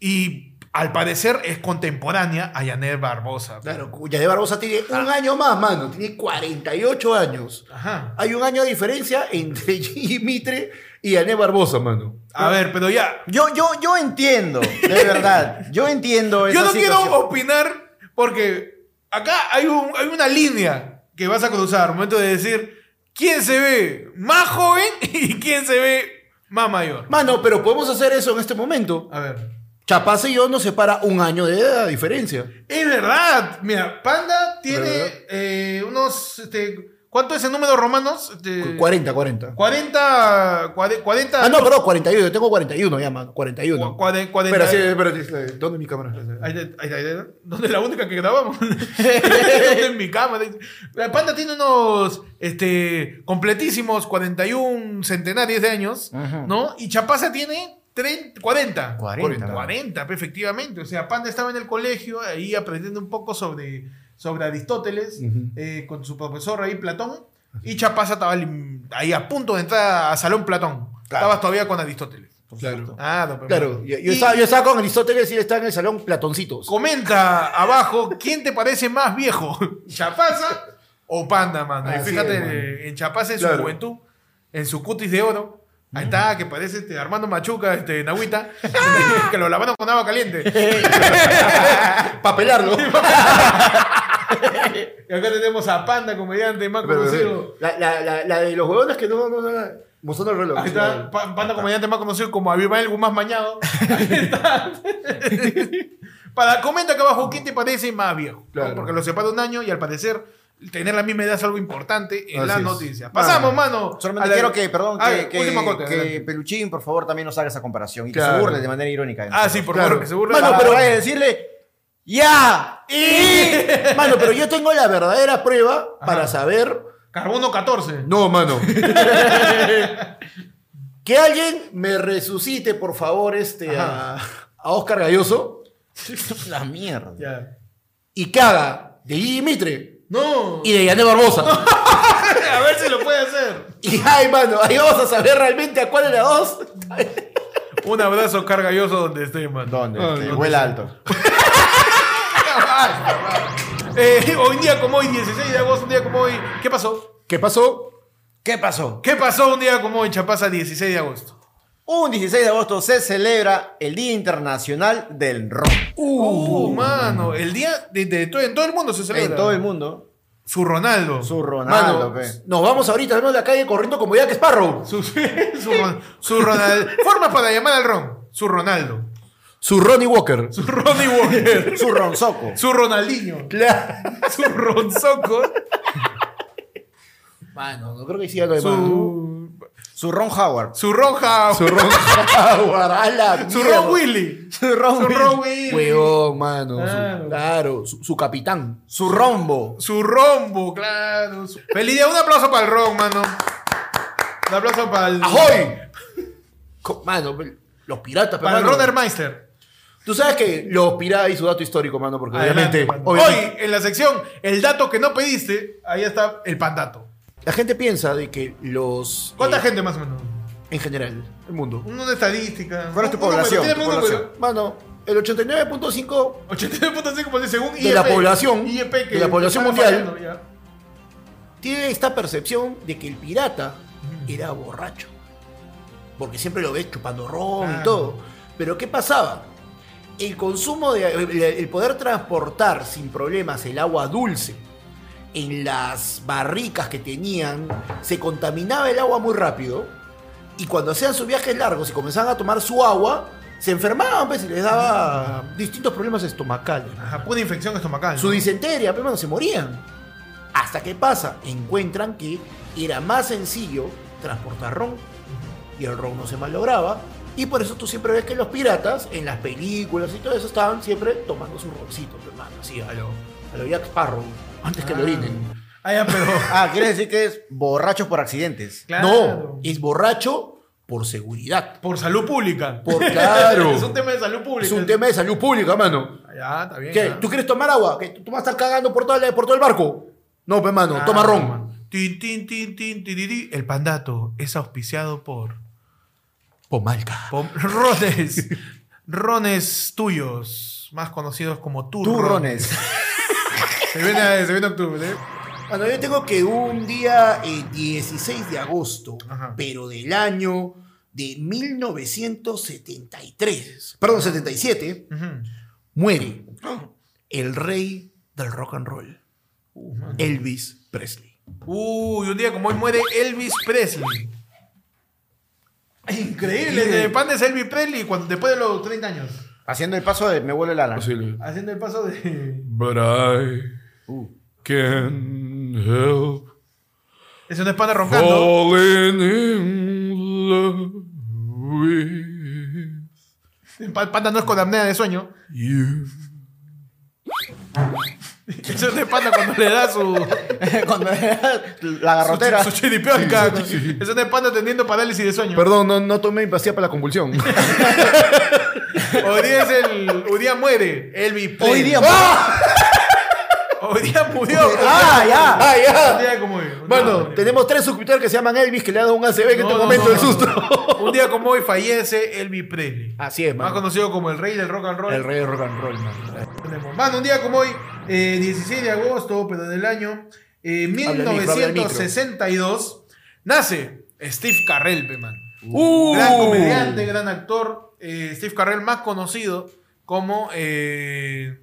S2: y al parecer es contemporánea a Yanel Barbosa.
S3: Claro, cuya de Barbosa tiene un
S2: Ah.
S3: año más, mano. Tiene 48 años.
S2: Ajá.
S3: Hay un año de diferencia entre Gigi Mitre y Ané Barbosa, mano.
S2: A ver, pero ya,
S4: Yo, yo, yo entiendo, de verdad. Yo entiendo esa
S2: Yo no quiero
S4: situación.
S2: opinar porque acá hay, un- hay una línea que vas a cruzar al momento de decir quién se ve más joven y quién se ve más mayor.
S3: Mano, pero podemos hacer eso en este momento.
S2: A ver.
S3: Chapaza y yo nos separa un año de edad, diferencia.
S2: Es verdad. Mira, Panda
S3: ¿Verdad?
S2: tiene eh, unos... Este, ¿Cuánto es el número romanos? Este,
S3: 40, 40.
S2: 40... 40... 40
S3: Ah, no, perdón, 41. Yo tengo 41 ya, mano. 41.
S2: cua- cuare- cuarenta-
S3: Espera, sí, espera, sí, ¿dónde es mi cámara?
S2: Ahí, ahí, ahí, ahí, ¿Dónde es la única que grabamos? ¿Dónde en mi cámara? La panda tiene unos este, completísimos 41 centenares de años,
S4: Ajá.
S2: ¿no? Y Chapaza tiene 30, 40.
S4: 40.
S2: 40, pe, efectivamente. O sea, Panda estaba en el colegio ahí aprendiendo un poco sobre, sobre Aristóteles, eh, con su profesor ahí, Platón. Y Chapaza estaba lim- ahí a punto de entrar a Salón Platón. Estabas todavía con Aristóteles.
S5: Claro.
S2: Ah, no, pero-
S3: Claro, yo, yo
S2: Y-
S3: estaba, yo estaba con Aristóteles y él estaba en el salón Platoncitos.
S2: Comenta abajo quién te parece más viejo, Chapaza o Panda, mano. Y
S5: Así
S2: fíjate,
S5: es, mano.
S2: en Chapaza en su
S5: Claro. Mm.
S2: juventud, en su cutis de oro. Ahí está, que parece este Armando Machuca, este Nahuita, que lo lavaron con agua caliente.
S3: Papelarlo.
S2: Y acá tenemos a Panda, comediante más conocido.
S3: la, la, la, la de los huevones que no. no, no mostrando el reloj.
S2: Ahí está, Pa- Panda, comediante más conocido como Abimael Guzmán Mañado. Ahí está. Para, comenta acá abajo quién te parece más viejo.
S5: Claro.
S2: Porque lo separa un año y al parecer tener la misma edad es algo importante en
S5: Así
S2: las
S5: es.
S2: noticias. Pasamos, mano.
S4: Solamente
S2: a la-
S4: quiero que, perdón,
S2: Ah,
S4: que, que-
S2: última corte,
S4: que
S2: adelante.
S4: Peluchín, por favor, también nos haga esa comparación y que
S5: Claro.
S4: se burle de manera irónica. de
S2: Ah,
S4: nosotros.
S2: sí, por
S5: Claro.
S2: favor, que se burle. Ah,
S4: Mano,
S2: Para-
S4: pero vaya a decirle, ¡Ya! Ah, ¡Y!
S3: Mano, pero yo tengo la verdadera prueba para saber
S2: Carbono 14.
S5: No, mano.
S3: que alguien me resucite, por favor, este a, a Oscar Galloso
S4: La mierda.
S2: Ya.
S3: y que haga de Gigi Mitre
S2: No.
S3: y de Yané Barbosa.
S2: A ver si lo puede hacer.
S3: Y ay, mano, ahí vamos a saber realmente a cuál de las dos.
S2: Un abrazo cargalloso donde esté, mano.
S4: ¿Dónde?
S5: Ah,
S4: Este,
S5: no
S4: vuela alto.
S2: Eh, hoy día como hoy, 16 de agosto, un día como hoy. ¿Qué pasó?
S5: ¿Qué pasó?
S4: ¿Qué pasó?
S2: ¿Qué pasó un día como hoy, Chapaza, 16 de agosto?
S4: Un 16 de agosto se celebra el Día Internacional del Rock.
S2: Uh, mano. El día de, de todo, en todo el mundo se celebra.
S4: En todo el mundo.
S2: Su Ronaldo.
S4: Su Ronaldo,
S3: Mano,
S4: pe.
S3: nos vamos ahorita a la calle corriendo como Jack Sparrow.
S2: Su, su Ron- su Ronaldo. Forma para llamar al Ron. Su Ronaldo.
S3: Su Ronnie Walker.
S2: Su Ronnie Walker.
S4: Su Ronzoco.
S2: Su Ronaldinho. Su Ronzoco.
S3: Mano, no creo que hiciera lo demás. ¿no?
S2: Su,
S4: Su Ron Howard.
S2: su Ron Howe. Su,
S3: Jaguar, a la mierda.
S2: Ron Willy.
S4: Su Ron,
S2: Su Ron Willy.
S3: Huevón, mano. su-
S2: Claro.
S3: Claro, su, su capitán.
S4: Su Rombo.
S2: Su rombo, claro. Su- Feliz día. Un aplauso para el Ron, mano. Un aplauso para el.
S3: ¡Ahoy! Co- Mano, pe- los piratas, pe,
S2: Para el
S3: mano.
S2: Rodermeister.
S3: Tú sabes que los piratas y su dato histórico, mano, porque
S2: Adelante,
S3: obviamente,
S2: mano.
S3: obviamente-
S2: Hoy, en la sección, el dato que no pediste, ahí está el pandato.
S3: la gente piensa de que los.
S2: ¿Cuánta
S3: eh,
S2: gente más o menos?
S3: En general, el mundo.
S2: Una estadística.
S4: ¿Cuál es tu
S2: Un- un número,
S4: población?
S2: tírame un
S4: Tu
S2: número.
S4: población.
S3: Mano, el 89.5
S2: 89.5% según
S3: De la
S2: IEP.
S3: población,
S2: IEP que
S3: de la población
S2: está
S3: mundial.
S2: fallando, ya.
S3: tiene esta percepción de que el pirata era borracho. Porque siempre lo ves chupando ron
S2: Ah.
S3: y todo. Pero ¿qué pasaba? El consumo de. el- el poder transportar sin problemas el agua dulce en las barricas que tenían, se contaminaba el agua muy rápido. Y cuando hacían sus viajes largos y comenzaban a tomar su agua, se enfermaban, pues, y les daba distintos problemas estomacales.
S2: Ajá, pura infección estomacal.
S3: Su
S2: ¿no?
S3: disentería, pero hermano, se morían. Hasta que pasa, encuentran que era más sencillo transportar ron. Y el ron no se malograba. Y por eso tú siempre ves que los piratas, en las películas y todo eso, estaban siempre tomando su roncito, pe, hermano. Así, a lo, a lo Jack Sparrow, antes que lo orinen.
S2: Ah, ya, pero.
S4: Ah, quiere decir que es borrachos por accidentes.
S2: Claro.
S3: No, es borracho por seguridad.
S2: Por salud pública.
S3: Por claro.
S2: Es un tema de salud pública. Ah,
S3: Es un tema de salud pública, mano.
S2: Ya, está bien.
S3: ¿Qué?
S2: ya.
S3: ¿Tú quieres tomar agua? ¿Que ¿Tú vas a estar cagando por, toda la- por todo el barco? No, pe, mano,
S2: Ah,
S3: toma ron.
S2: Tin, tin, tin, tin, tiriri. El pandato es auspiciado por
S3: Pomalca.
S2: pom- Rones. Rones tuyos, más conocidos como turrones.
S4: Turrones.
S2: Se viene, se viene octubre. ¿eh?
S3: Bueno, yo tengo que un día eh, 16 de agosto,
S2: Ajá.
S3: pero del año de 1973, perdón, 77,
S2: Ujú.
S3: muere el rey del rock and roll, Elvis Presley.
S2: Uy, un día como hoy muere Elvis Presley. Increíble. El pan es Elvis Presley cuando, después de los 30 años.
S4: Haciendo el paso de Me vuelve la lana.
S2: Haciendo el paso de.
S5: But I can help
S2: Eso no es panda
S3: Oh.
S2: roncando.
S5: falling in love with
S2: El pa- Panda no es con apnea de sueño.
S5: you.
S2: Eso es de panda cuando le da su.
S4: Cuando era la garrotera.
S2: Su chiripiorca. Eso de panda teniendo parálisis de sueño.
S5: Perdón, no, no tomé mi pastilla para la convulsión.
S2: Hoy día es el. Hoy día muere Elvis Presley.
S4: Hoy día.
S2: Hoy día murió.
S3: ¡Ah, ya! ¡Ah,
S2: Un
S3: ya!
S2: día como hoy. Un día como
S3: Mano,
S2: hoy.
S3: tenemos tres suscriptores que se llaman Elvis que le han dado un ACB en
S2: No,
S3: este
S2: no,
S3: momento
S2: no,
S3: del
S2: no,
S3: susto.
S2: no. Un día como hoy fallece Elvis Presley.
S3: Así es,
S2: Más
S3: mano.
S2: conocido como el rey del rock and roll.
S3: El rey del rock and roll, mano.
S2: Tenemos. Mano, un día como hoy, eh, 16 de agosto, pero del año eh,
S3: Habla el micro, habla el micro.
S2: 1962, nace Steve Carrell, pe, man.
S3: Uh.
S2: Gran comediante, gran actor. eh, Steve Carrell, más conocido como eh,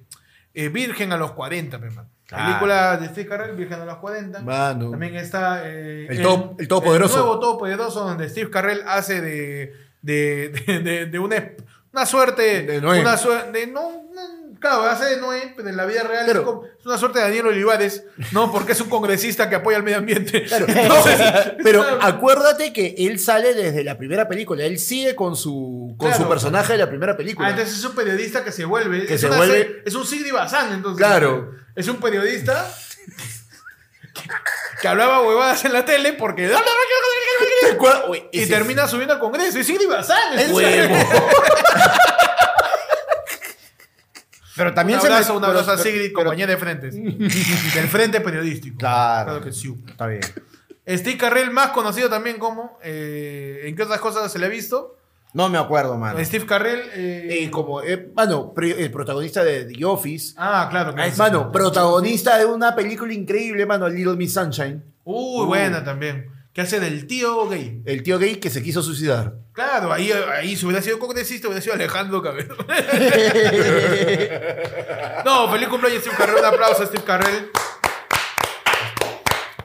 S2: eh, Virgen a los 40, pe, man.
S3: Claro.
S2: Película de Steve Carrell, Virgen a los 40.
S3: Mano.
S2: También está eh,
S3: El todo- el todopoderoso.
S2: nuevo Todopoderoso, donde Steve Carrell hace de, de, de, de- de una, esp- una suerte.
S3: De Noé.
S2: Una suer- de, no, no, claro, hace de Noé, pero en la vida real
S3: Claro.
S2: es, como- es una suerte de Daniel Olivares, ¿no? Porque es un congresista que apoya al medio ambiente.
S3: Claro.
S2: Entonces,
S3: Pero
S2: claro,
S3: acuérdate que él sale desde la primera película. Él sigue con su, con
S2: Claro.
S3: su personaje de la primera
S2: Ah,
S3: película.
S2: entonces es un periodista que se vuelve.
S3: Que
S2: es,
S3: se
S2: una
S3: vuelve-
S2: se- es un Sigri Bazán, entonces.
S3: Claro.
S2: Es un periodista que- que hablaba huevadas en la tele porque.
S3: ¿Te acuerdas? Uy,
S2: Y
S3: ese-
S2: termina subiendo al Congreso. Y Sigri Bazán. es-
S3: Huevo.
S4: Pero también
S2: un
S4: se
S2: abrazo,
S4: me-
S2: un abrazo a
S4: pero-
S2: Sigrid, compañera de frentes. del frente periodístico.
S4: Claro.
S2: que sí.
S4: Está bien.
S2: Steve Carrell, más conocido también como. eh, ¿En qué otras cosas se le ha visto?
S4: No me acuerdo, mano.
S2: Steve Carrell. eh,
S3: Eh, como, eh, mano, pri- el protagonista de The Office.
S2: ah, claro. que sí.
S3: Mano, protagonista de una película increíble, mano, Little Miss Sunshine.
S2: Uy, buena también. Que hace del tío gay.
S3: El tío gay que se quiso suicidar.
S2: Claro, ahí, ahí si hubiera sido congresista, hubiera sido Alejandro Cabello. no, feliz cumpleaños, Steve Carrell. Un aplauso a Steve Carrell.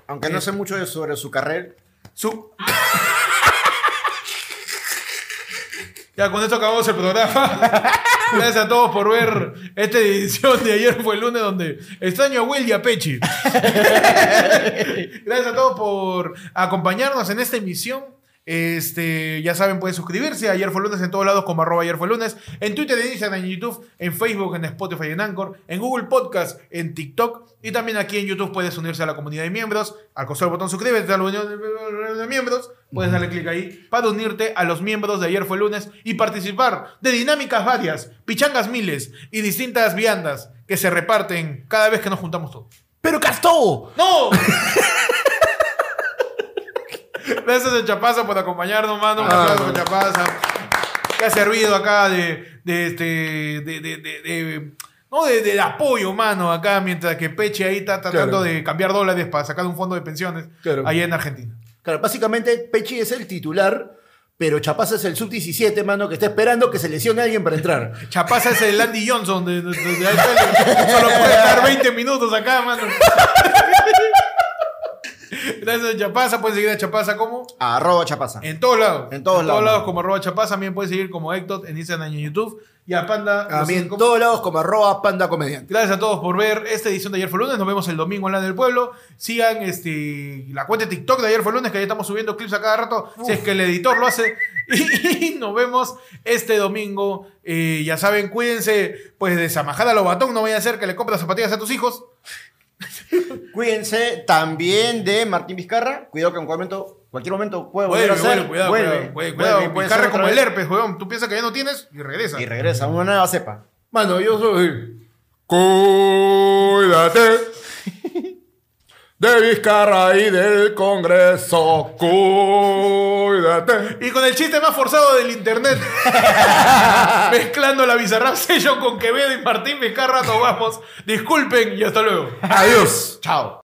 S4: Aunque no sé mucho de- sobre su carrera.
S2: Su. Ya, con esto acabamos el programa. Gracias a todos por ver esta edición de ayer fue el lunes donde extraño a Will y a Pechi. Gracias a todos por acompañarnos en esta emisión. Este, ya saben, pueden suscribirse a Ayer fue lunes en todos lados como arroba ayer fue lunes, en Twitter, en Instagram, en YouTube, en Facebook, en Spotify, en Anchor, en Google Podcast, en TikTok y también aquí en YouTube puedes unirse a la comunidad de miembros, al coser el botón suscríbete a la unión de- de miembros, puedes darle clic ahí para unirte a los miembros de Ayer fue lunes y participar de dinámicas varias, pichangas miles y distintas viandas que se reparten cada vez que nos juntamos todos.
S3: ¡Pero Castó!
S2: ¡No! Gracias a Chapaza por acompañarnos, mano. Un
S3: Ah,
S2: aplauso a
S3: mano.
S2: Chapaza. Que ha servido acá de. de este. de. de, de- de- no, de, de apoyo, mano, acá, mientras que Peche ahí está tratando
S3: Claro.
S2: de cambiar dólares para sacar un fondo de pensiones
S3: Claro.
S2: allá en Argentina.
S3: Claro, básicamente Pechi es el titular, pero Chapaza es el sub-17, mano, que está esperando que se lesione a alguien para entrar.
S2: Chapaza es el Andy Johnson de, de- de- de AFL. Solo puede estar 20 minutos acá, mano. Gracias a Chapaza. Pueden seguir a Chapaza como.
S4: Arroba chapaza.
S2: En todos lados.
S4: En todos lados.
S2: como arroba chapaz. También puedes seguir como Ectot en Instagram y en YouTube. Y a Panda.
S3: A
S4: Ah,
S2: los
S3: mí en
S2: cinco-
S3: todos lados como arroba panda comediante.
S2: Gracias a todos por ver esta edición de Ayer fue lunes. Nos vemos el domingo en la del pueblo. Sigan este, la cuenta de TikTok de Ayer fue lunes, que ahí estamos subiendo clips a cada rato. Si es que el editor lo hace. Y, nos vemos este domingo. Eh, ya saben, cuídense pues de Samajada lo batón. No vaya a ser que le compres zapatillas a tus hijos.
S4: Cuídense también de Martín Vizcarra. Cuidado que en cualquier momento, cualquier momento puede volver
S2: Vuelve,
S4: a ser.
S2: vuelve, cuidado,
S4: Vuelve,
S2: cuidado, cuidado,
S4: vuelve,
S2: cuidado.
S4: puede
S2: Picarre
S4: ser otra
S2: como el
S4: vez.
S2: herpes, weón. Tú piensas que ya no tienes y regresa.
S4: Y regresa, una nueva cepa.
S3: Mano, yo soy. Cuídate de Vizcarra y del Congreso. Cuídate.
S2: Y con el chiste más forzado del internet. mezclando la Bizarrap Session con Quevedo y Martín Vizcarra, nos vamos. Disculpen y hasta luego.
S3: Adiós.
S4: Chao.